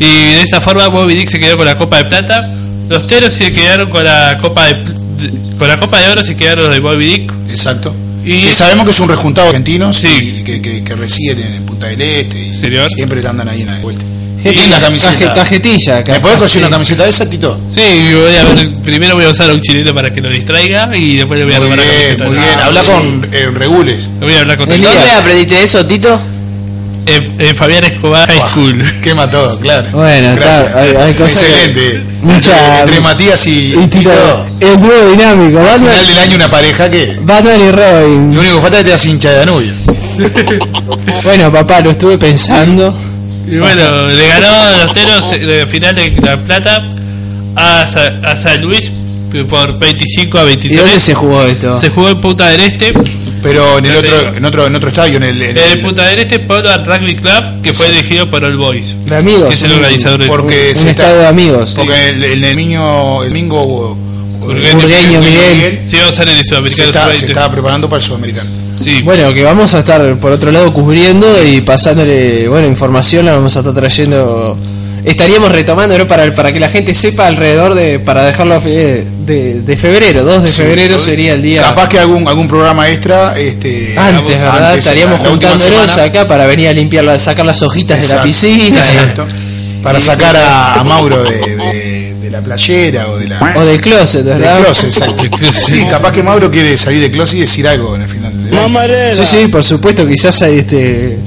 Y de esa forma Bobby Dick se quedó con la Copa de Plata. Los Teros se quedaron con la Copa de, pl- con la Copa de Oro se quedaron los de Bobby Dick.
Exacto.
Y-
Y sabemos que es un rejuntado argentino
Sí.
sí. que, que, que residen en Punta del Este. Y
Señor.
Siempre le andan ahí en la vuelta.
Gente,
Y la camiseta.
taje- Tajetilla acá.
¿Me podés conseguir una camiseta de esa, Tito?
Sí, voy a ver- primero voy a usar a un chileno para que lo distraiga y después le voy
Muy
a
bien,
robar la camiseta.
muy bien.
Ah,
Habla con eh, Regules.
Voy a hablar con
Elías.
¿Dónde aprendiste eso, Tito?
En- en Eh, Fabián Escobar High School.
Quema todo, claro.
Bueno, está, hay- hay cosas que-
Excelente.
Mucha-
Entre Matías y,
Y
y
Tito,
Tito.
el dúo dinámico.
Al final
Batman,
del año una pareja que...
Batman y Robin.
Lo único que falta es que te das hincha de Danubio.
Bueno, papá, lo estuve pensando.
Y bueno, le ganó a los Teros en la final de La Plata a, Sa- a San Luis eh, por 25 a
¿Y
23.
dónde se jugó esto?
Se jugó en Punta del Este.
Pero en el otro, en otro, en otro estadio, en el, en
En
el-
el Punta del Este, Pablo Rugby Club, que fue dirigido por All Boys.
De amigos.
Que es el organizador del
Porque-
Un,
se
un
está-
estado de amigos.
porque el, el, el niño, el uh, mingo
Burgueño Miguel.
Sí, vamos a hacer el
se
Sudamericano
está, se
Sub-20.
está preparando para el sudamericano.
Sí.
Bueno, que vamos a estar por otro lado cubriendo y pasándole, bueno, información la vamos a estar trayendo. Estaríamos retomando, ¿no? Para, para que la gente sepa alrededor de, para dejarlo eh, de, de febrero, 2 de febrero sería el día.
Capaz que algún algún programa extra, este, hagamos
Antes, ¿verdad?
antes,
Estaríamos
la- la última
juntándonos
semana.
acá para venir a limpiar, la- sacar las hojitas de la
Exacto,
piscina. Este, y-
exacto. Para sacar a, a Mauro de, de- de la playera o de la
O del closet,
del
¿verdad? [LAUGHS]
closet, exacto. Sí, capaz que Mauro quiere salir de closet y decir algo en el final. del-
Sí, sí, por supuesto, quizás hay este.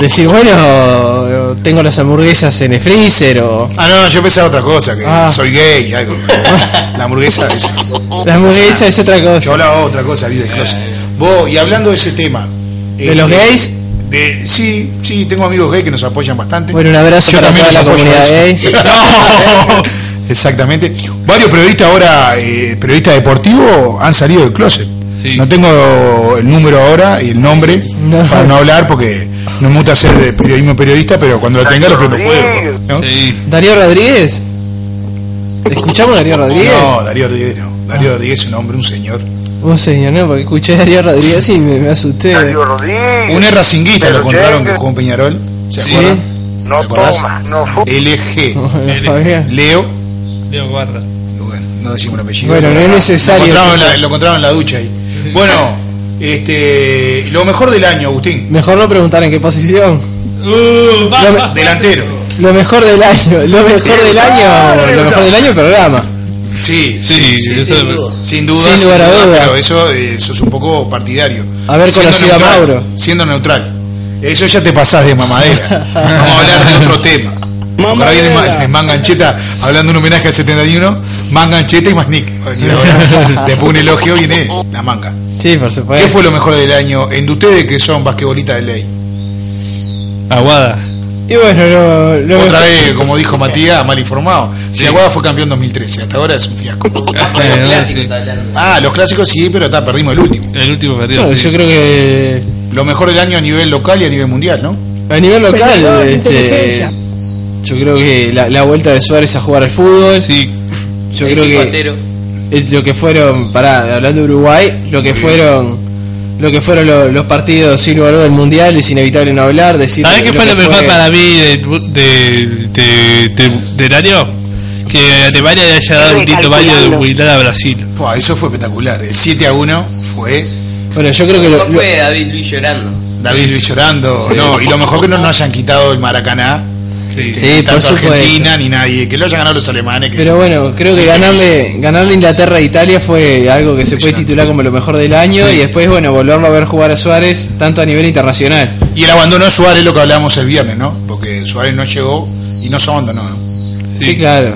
Decir, bueno, tengo las hamburguesas en el freezer o.
Ah, no, no, yo pensaba otra cosa, que
Ah.
soy gay, algo.
[LAUGHS]
La hamburguesa, eso.
La hamburguesa es otra
Yo
cosa.
hablaba otra cosa, vida de closet. Vos, y hablando de ese tema. eh,
¿De los gays?
De, sí, sí, tengo amigos gays que nos apoyan bastante.
Bueno, un abrazo para
también
toda la
los apoyo
comunidad
en eso.
gay.
No. [LAUGHS] Exactamente. Varios periodistas ahora, eh, periodistas deportivos, han salido del closet.
Sí.
No tengo el número ahora y el nombre
No.
para no hablar porque no me gusta hacer periodismo periodista, pero cuando lo tenga lo protocolo. ¿no?
Sí.
Darío Rodríguez. ¿Escuchamos a Darío Rodríguez?
No, Darío Rodríguez no. Darío Rodríguez es un hombre, un señor.
Un señor, no, porque escuché a Darío Rodríguez y me, me asusté.
Un es racinguista lo encontraron que jugó en Peñarol. ¿Se
Sí.
acuerdan? No toma, no LG,
Bueno, Fabián.
Leo.
Dios guarda.
Bueno, no decimos el apellido.
Bueno, no es necesario.
Lo encontraron, en la, lo encontraron en la ducha ahí. Bueno, este, lo mejor del año, Agustín.
Mejor no preguntar en qué posición.
Uh, va,
No me-
va.
Delantero.
Lo mejor del año, lo mejor del año, lo mejor del año programa.
Sí,
Sí, eso es-
sin duda.
Sin lugar a duda.
Pero eso, eh, eso es un poco partidario.
A ver,
Siendo
conocido a
neutral,
Mauro.
Siendo neutral. Eso ya te pasás
[LAUGHS]
de mamadera. Vamos a hablar de otro tema. Ahora viene Ma- Mangancheta hablando un homenaje al 71. Mangancheta y más Nick.
[LAUGHS]
Y ahora, Después un elogio viene la manga.
Sí, por supuesto.
¿Qué fue lo mejor del año en de ustedes que son basquetbolistas de ley?
Aguada.
Y bueno, lo, lo
Otra
mejor-
vez, como dijo Matías, mal informado. Si
Sí.
Aguada fue campeón 2013, hasta ahora es un fiasco.
Bueno,
[LAUGHS] Eh,
clásico,
sí.
está hablando.
Ah, los clásicos sí, pero está, perdimos el último.
El último partido.
Bueno,
sí.
Yo creo que
Lo mejor del año a nivel local y a nivel mundial, ¿no?
a nivel local, este, yo creo que la, la vuelta de Suárez a jugar al fútbol,
Sí.
yo
El
creo
5 a
que
0.
el- lo que fueron, pará, hablando de Uruguay, lo que fueron lo que fueron lo- los partidos sin lugar a duda, del mundial, es inevitable no hablar, decir.
¿Sabés qué fue lo mejor para mí del de, de- de- del año? Que Alemania le haya dado un lindo baño de humildad a Brasil.
Pua, eso fue espectacular. El 7 a 1 fue
Bueno, yo creo que lo-
No
lo-
fue David Luis llorando.
David Luis llorando. No, y lo mejor que no nos hayan quitado el Maracaná.
Sí,
ni
por
tanto
supuesto.
Argentina ni nadie. Que lo hayan ganado los alemanes. Que
Pero bueno, creo que ganarle, ganarle a Inglaterra e Italia fue algo que se puede titular como lo mejor del año y después, bueno, volverlo a ver jugar a Suárez, tanto a nivel internacional.
Y el abandono de Suárez, lo que hablábamos el viernes, ¿no? Porque Suárez no llegó y no se abandonó, ¿no?
Sí,
Sí.
claro.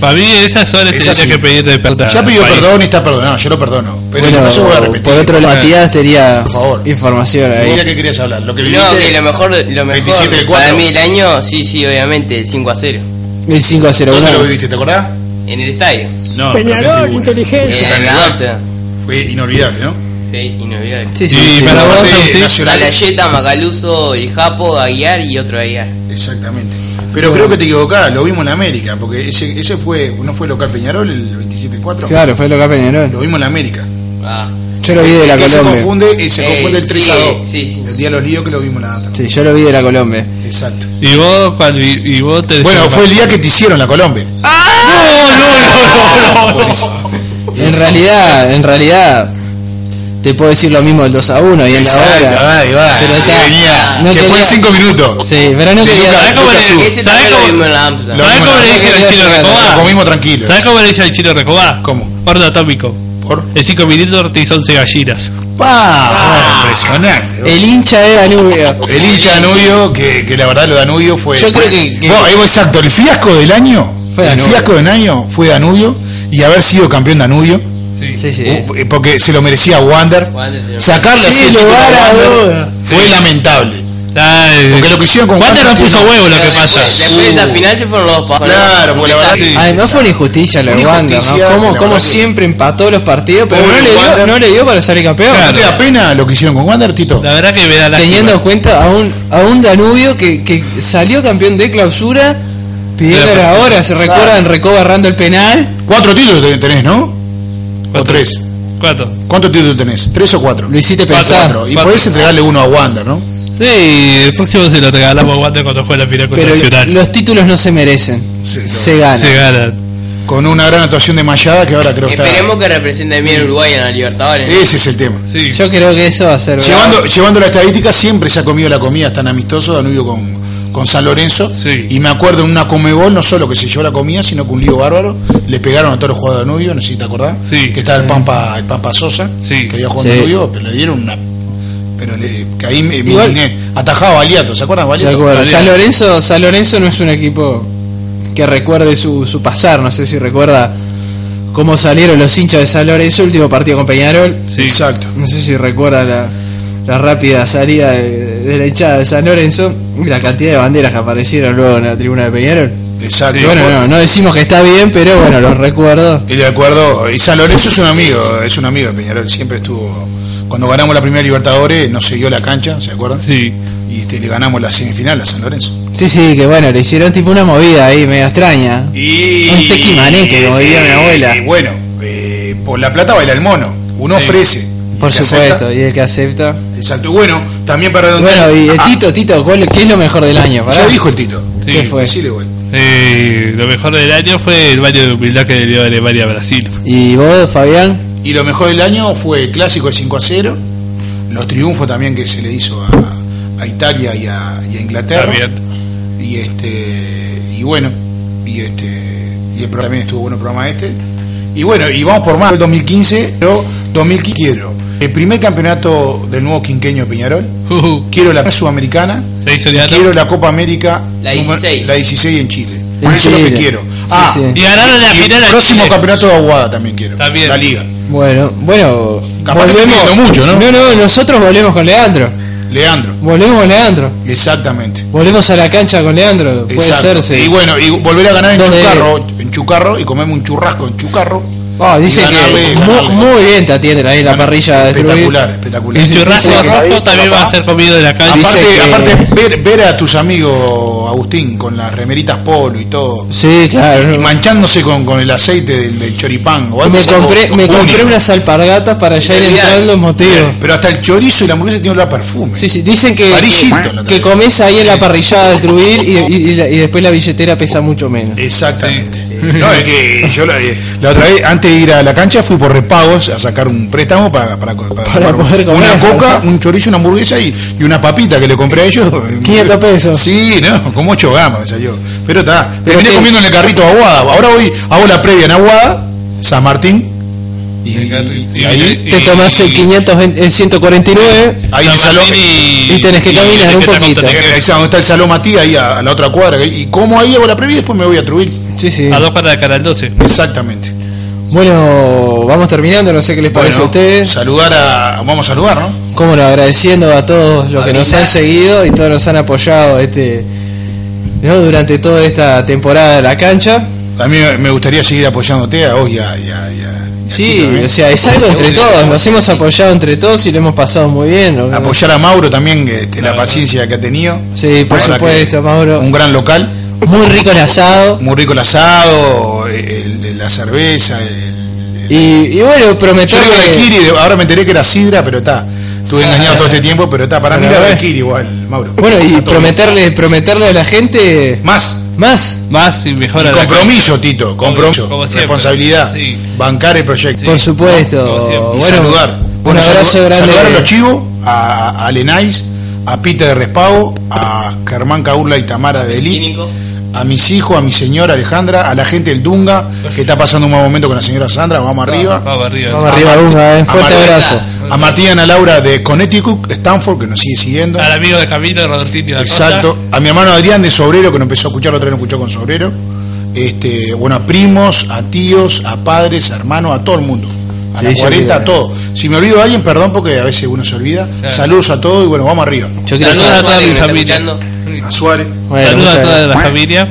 Para mí esas son las
Esa sí.
que pedirle perdón.
Ya
al
pidió
país.
perdón y está perdonado, yo lo perdono. Pero
Bueno,
no se vuelve a repetir.
por otro lado, Matías tenía
Por favor.
información
¿Vos de
ahí.
qué querías hablar? Lo que
No, que
viviste.
lo mejor, lo
27 de
mejor
cuatro.
para mí el año, sí, sí, obviamente, el 5 a 0.
El 5 a 0.
¿Dónde
bueno,
lo viviste? ¿Te acordás?
En el estadio.
No,
Peñarol,
Eh,
inteligente.
en la alta.
Fue inolvidable, ¿no?
Sí, inolvidable.
sí, sí,
Y
sí.
para vos,
Aparte,
Agustín,
Nacional-
Salayeta, Macaluso, el Japo, Aguiar y otro Aguiar.
Exactamente. Pero creo que te equivocás, lo vimos en América, porque ese, ese fue, ¿no fue local Peñarol el 27-4?
Claro, fue lo que
Lo
Peñarol.
vimos en América.
Ah.
Yo lo vi de la
que se
Colombia.
confunde, eh, se
Eh,
confunde el
sí,
3 a 2.
sí, sí.
El día de los líos que lo vimos la data.
Sí, yo lo vi de la Colombia.
Exacto.
Y vos, cuál- y, y vos te
Bueno, fue el día que te hicieron la Colombia.
En realidad, en realidad, te puedo decir lo mismo del 2 a 1 y en la
Exacto,
hora.
ahí va,
Pero
ahí
está-
venía,
no
que fue en
tenía-
5 minutos.
Sí, pero no quería.
¿Sabés cómo le-
Ese
¿sabés
también lo
cómo-
vimos en la Amsterdam.
Lo-
¿Sabés
vimos
cómo
la-
le dije al chino
Lo
Recoba?
comimos tranquilo.
¿Sabés cómo le dice al chino Recoba?
¿Cómo?
Horno atómico.
Por
En 5 minutos te hizo 11 gallinas.
pa, bueno, impresionante.
El hincha de Danubio.
El hincha Danubio, que, que la verdad lo Danubio fue.
Yo creo
fue-
que- que-
Vos, ahí vos, exacto, el fiasco del año.
Fue
el
Danubio.
fiasco del año fue Danubio y haber sido campeón Danubio.
Sí, sí.
u- eh, Porque se lo merecía Wander.
Wander se lo-
Sacarle así el
Sin
título
lugar
a
a
Wander
duda.
fue lamentable.
Ay,
Porque lo que hicieron con
Wander no
Wander
puso
tiene-
huevo lo que
Después-
pasa.
Después de esa final se fueron los dos pasos.
Claro, porque la verdad
Desastre.
que-
Además fue una injusticia lo de
Una
Wander,
injusticia,
¿no? Como,
la verdad que-
siempre empató los partidos, pero no
Pobre
le, dio,
Wander.
no le dio para salir campeón.
¿No te da pena lo que hicieron con Wander, Tito?
La verdad que me da la
Teniendo en cuenta a un, a un Danubio que, que salió campeón de clausura pidiendo
Pero-
la hora, se recuerdan Recoba errando el penal,
Cuatro títulos te- tenés, ¿no? O tres.
¿Cuánto?
¿Cuántos títulos tenés? ¿Tres o cuatro?
lo hiciste
Cuatro.
pensar.
Y podés entregarle uno a Wander, ¿no?
Sí, el próximo se lo regalamos a Wander cuando juegue la final contra
Pero
Nacional.
los títulos no se merecen,
Sí, no.
se ganan.
Se ganan.
Con una gran actuación de Mayada que ahora creo que está.
Esperemos que represente bien Uruguay en la Libertadores. ¿no?
Ese es el tema.
Sí.
Yo creo que eso va a ser bravo.
Llevando, llevando la estadística, siempre se ha comido la comida tan amistoso Danubio con, con San Lorenzo.
Sí.
Y me acuerdo en una Comebol, no solo que se llevó la comida, sino que un lío bárbaro. Le pegaron a todos los jugadores de Danubio, no sé si te acordás.
Sí.
Que estaba el Pampa, el Pampa Sosa,
Sí.
que había jugado en
Sí.
Danubio, pero le dieron una. Pero le, que ahí me, me
Igual-
indigné. Atajaba a Baliato, ¿se acuerdan de
Se
Baliato?
acuerda. San Lorenzo, San Lorenzo no es un equipo que recuerde su, su pasar, no sé si recuerda cómo salieron los hinchas de San Lorenzo, último partido con Peñarol.
Sí.
Exacto.
No sé si recuerda la, la rápida salida de, de la hinchada de San Lorenzo y la cantidad de banderas que aparecieron luego en la tribuna de Peñarol.
Exacto.
Y bueno, no, no decimos que está bien, pero bueno, los recuerdo.
Y de acuerdo, y San Lorenzo es un amigo, es un amigo de Peñarol, siempre estuvo. Cuando ganamos la primera Libertadores, nos siguió la cancha, ¿se acuerdan?
Sí.
Y este, le ganamos la semifinal a San Lorenzo.
Sí, sí, que bueno, le hicieron tipo una movida ahí, media extraña.
Y,
Un tequimaneque, como diría
y-
mi abuela.
Y bueno, eh, por la plata baila el mono, uno
Sí.
ofrece. y
Por
el que
supuesto,
acepta-
y el que acepta.
exacto, y bueno, también para
Bueno, y eh,
Ah,
Tito, Tito, ¿cuál, ¿qué es lo mejor del año? Pará.
Ya dijo el Tito.
Sí.
¿Qué fue?
Decile, güey.
Eh, lo mejor del año fue el baño de humildad que le dio Alemania a Brasil.
¿Y vos, Fabián?
Y lo mejor del año fue el clásico de 5 a 0, los triunfos también que se le hizo a, a Italia y a, y a Inglaterra.
También.
y este y bueno y este y el programa también estuvo bueno el programa este y bueno y vamos por más el 2015 pero 2015 quiero el primer campeonato del nuevo quinqueño de Peñarol
Uh,
quiero la sudamericana
se hizo
y
de
quiero la Copa América
La
número-
16.
la 16 en Chile
En
eso es lo que
Chile.
quiero
Sí,
ah
sí.
Y ganaron la
y el
final a
próximo
Chile.
campeonato de Aguada también quiero
También.
la liga
Bueno, bueno,
Capaz que estoy pidiendo mucho, ¿no?
No, no, nosotros volvemos con Leandro.
Leandro
Volvemos con Leandro.
exactamente
Volvemos a la cancha con Leandro. Puede
Exacto.
ser, sí.
Y bueno, y volver a ganar en
Donde-
Chucarro, en Chucarro y comerme un churrasco en Chucarro
Oh, dice
Ganó,
que
eh,
muy,
ganó.
muy bien te atienden ahí en la parrilla de
Espectacular, espectacular.
El churrasco
Dice que-
rojo también va a ser comido de la calle.
Aparte,
Ah, que-
aparte ver, ver a tus amigos, Agustín, con las remeritas polo y todo,
Sí, claro.
y manchándose con, con el aceite del, del choripán. o algo,
Me
es algo
compré, me
único.
compré unas alpargatas para ya ir entrando en motivos.
Pero hasta el chorizo y la hamburguesa tienen olor a perfume.
Sí, sí, dicen que,
Amarillito,
que,
la
que comes ahí en la parrillada de Trubir y, y- y la- y después la billetera pesa mucho menos.
Exactamente. [LAUGHS] No, es que yo la, eh, la otra vez, antes de ir a la cancha, fui por repagos a sacar un préstamo para, para, para- para-
poder comer.
una coca, un chorizo, una hamburguesa y, y una papita que le compré
[LAUGHS]
a ellos.
500 pesos.
Sí, no, como 8 gamas me salió. Pero está, terminé
qué-
comiendo en el carrito de Aguada. Ahora voy, hago la previa en Aguada, San Martín, y, y- y ahí,
Te tomas el, 520 el 149
ahí en el salón.
y, tenés que caminar un poquito.
Ahí está donde está el salón Matías, ahí a, a la otra cuadra. Y como ahí hago la previa y después me voy a Trujillo.
Sí, sí.
A dos para la Canal 12.
Exactamente.
Bueno, vamos terminando, no sé qué les parece a ustedes.
saludar a. Vamos a saludar, ¿no?
Como no, agradeciendo a todos los que nos han seguido y todos nos han apoyado este ¿no? durante toda esta temporada de la cancha.
A mí me gustaría seguir apoyándote a vos y a. y a- y a- y a
Sí,
Tito, ¿eh?
o sea, es algo entre todos, nos hemos apoyado entre todos y lo hemos pasado muy bien. ¿no?
Apoyar a Mauro también, que, este, la paciencia que ha tenido.
Sí, por
La verdad
supuesto,
que
Mauro.
Un gran local,
Muy rico el asado.
muy rico el asado, el- el- la cerveza. El, el-
Y, y bueno,
Yo
prometer
digo
que- Ah,
daiquiri, ahora me enteré que era sidra, pero está. Estuve engañado todo este tiempo, pero está. Para mí
Pero
era
a ver.
daiquiri igual, Mauro.
Bueno, y
A todo.
prometerle, prometerle a la gente
Más.
más.
Más y mejor a la
Compromiso, Tito. Compromiso.
como siempre.
responsabilidad.
Sí.
Bancar el proyecto.
Por supuesto.
como siempre.
y
Bueno,
saludar.
Un
Bueno,
abrazo
salu-
grande.
Saludar a los chivos, a, a Lenais, a Pita de Respavo, a Germán Caurla y Tamara de Eli,
Químico.
a mis hijos, a mi señora Alejandra, a la gente del Dunga, que está pasando un buen momento con la señora Sandra, vamos arriba.
Vamos arriba.
Vamos arriba,
Marti-
Dunga, eh. Fuerte
Marti-
abrazo.
A Martín y Ana Laura de Connecticut, Stanford, que nos sigue siguiendo.
Al amigo de Camilo, Robertinho de la
Exacto. A mi hermano Adrián de Sobrero, que no empezó a escuchar, otra vez no escuchó con Sobrero. Este, bueno, a primos, a tíos, a padres, a hermanos, a todo el mundo. A
Sí,
las
yo
40, a
creo.
todo. Si me olvido de alguien, perdón, porque a veces uno se olvida.
Claro.
Saludos a todos y bueno, vamos arriba.
Yo quiero
Saludos
Saludos a
saber.
toda
Mari,
mi
que está
familia.
escuchando.
A Suárez.
Bueno,
Saludos a
muchas
toda
gracias.
la familia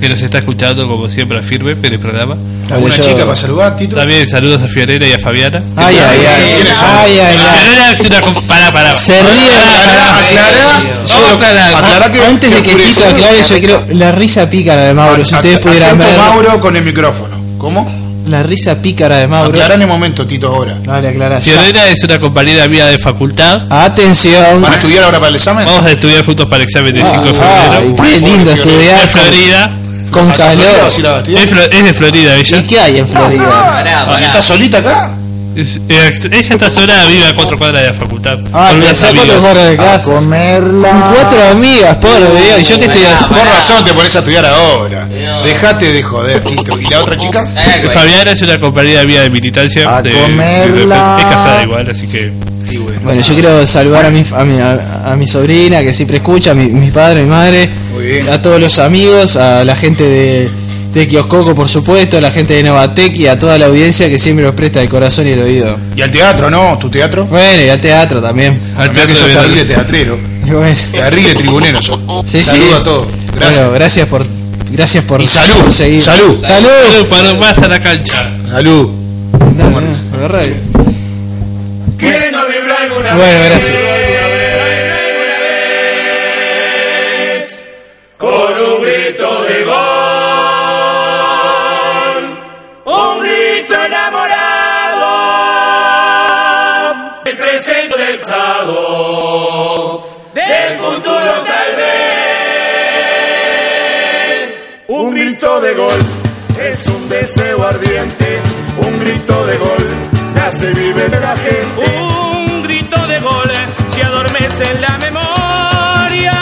que nos está escuchando, como siempre, firme en el programa.
Dale,
Una
yo-
chica para saludar, Tito.
También saludos a Fiorella y a Fabiana.
Ay, ay, ay.
¿Quiénes son?
Ay, ay, ay.
Fiorella es una. com- Pará, pará.
Se ríe.
Aclará, aclará.
Vamos a aclarar.
Aclará que
Antes de que Tito
oscurece.
aclare, yo quiero. La risa pícara de Mauro, si
At-
ustedes pudieran
atento
ver.
Mauro con el micrófono. ¿Cómo?
La risa pícara de Mauro.
Aclará en el momento, Tito, ahora.
Dale, aclará. ya.
Fiorella es una compañera mía de facultad.
Atención.
¿Van a estudiar ahora para el examen?
Vamos a estudiar juntos para el examen del 5 de
Ay,
febrero.
qué lindo
Es de
estudiar con,
Florida.
con
¿Acá en Florida
calor.
o si la va a estudiar?
Es, flo- es de Florida
¿Y
ella.
qué hay en Florida?
Pará,
¿Está
pará.
solita acá?
Es- eh, ella está sola, vive a cuatro cuadras de la facultad.
Ah,
Con
me
unas
saco
amigas.
los barros de casa. Con cuatro
Ah.
amigas, pobre Dios. Y yo que estoy
Pará,
así.
Por
Pará.
razón te pones a estudiar ahora. Dejate de joder, Tito. ¿Y la otra chica?
Eh.
Hay algo ahí.
Eh, Fabiana es una compañera mía de militancia. de- de- es casada igual, así que.
Y bueno,
Bueno, yo quiero saludar a mi, a mi, a, a mi sobrina que siempre escucha, a mi, mis padres, mi madre,
Muy bien.
a todos los amigos, a la gente de, de Kioscoco, por supuesto, a la gente de Novatec y a toda la audiencia que siempre nos presta el corazón y el oído.
Y al teatro, ¿no? ¿Tu teatro?
Bueno, y al teatro también. [LAUGHS]
Al
Mirá
teatro
que sos
de
terrible
Verano.
teatrero.
Y bueno,
Terrible tribunero sos.
sí,
Saludo
sí.
a todos. Gracias.
Bueno, gracias por, gracias por,
Y salud,
por seguir.
salud.
Salud.
Para más a la cancha.
Salud.
Dale, agarrá.
Queriendo vibrar alguna
Bueno, gracias.
vez Con un grito de gol Un grito enamorado El presente del pasado Del futuro tal vez
Un grito de gol es un deseo ardiente. Un grito de gol nace vive en la gente.
Un grito de gol se adormece en la memoria,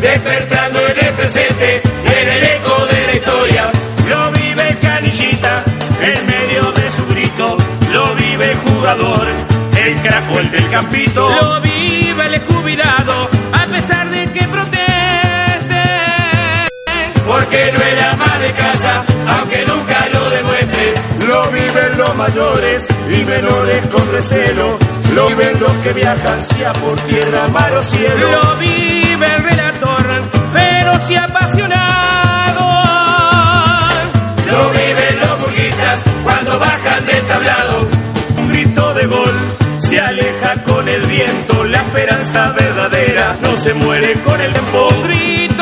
despertando en el presente y en el eco de la historia. Lo vive el canillita en medio de su grito, lo vive el jugador, el craco, el del campito. Lo vive el jubilado a pesar de que proteste, porque no era más de casa, aunque nunca lo demuestre.
Lo viven los mayores y menores con recelo. Lo viven los que viajan, sea por tierra, mar o cielo.
Lo vive el relator, feroz y apasionado. Lo viven los burguistas el viento, la esperanza verdadera no se muere con el podrido.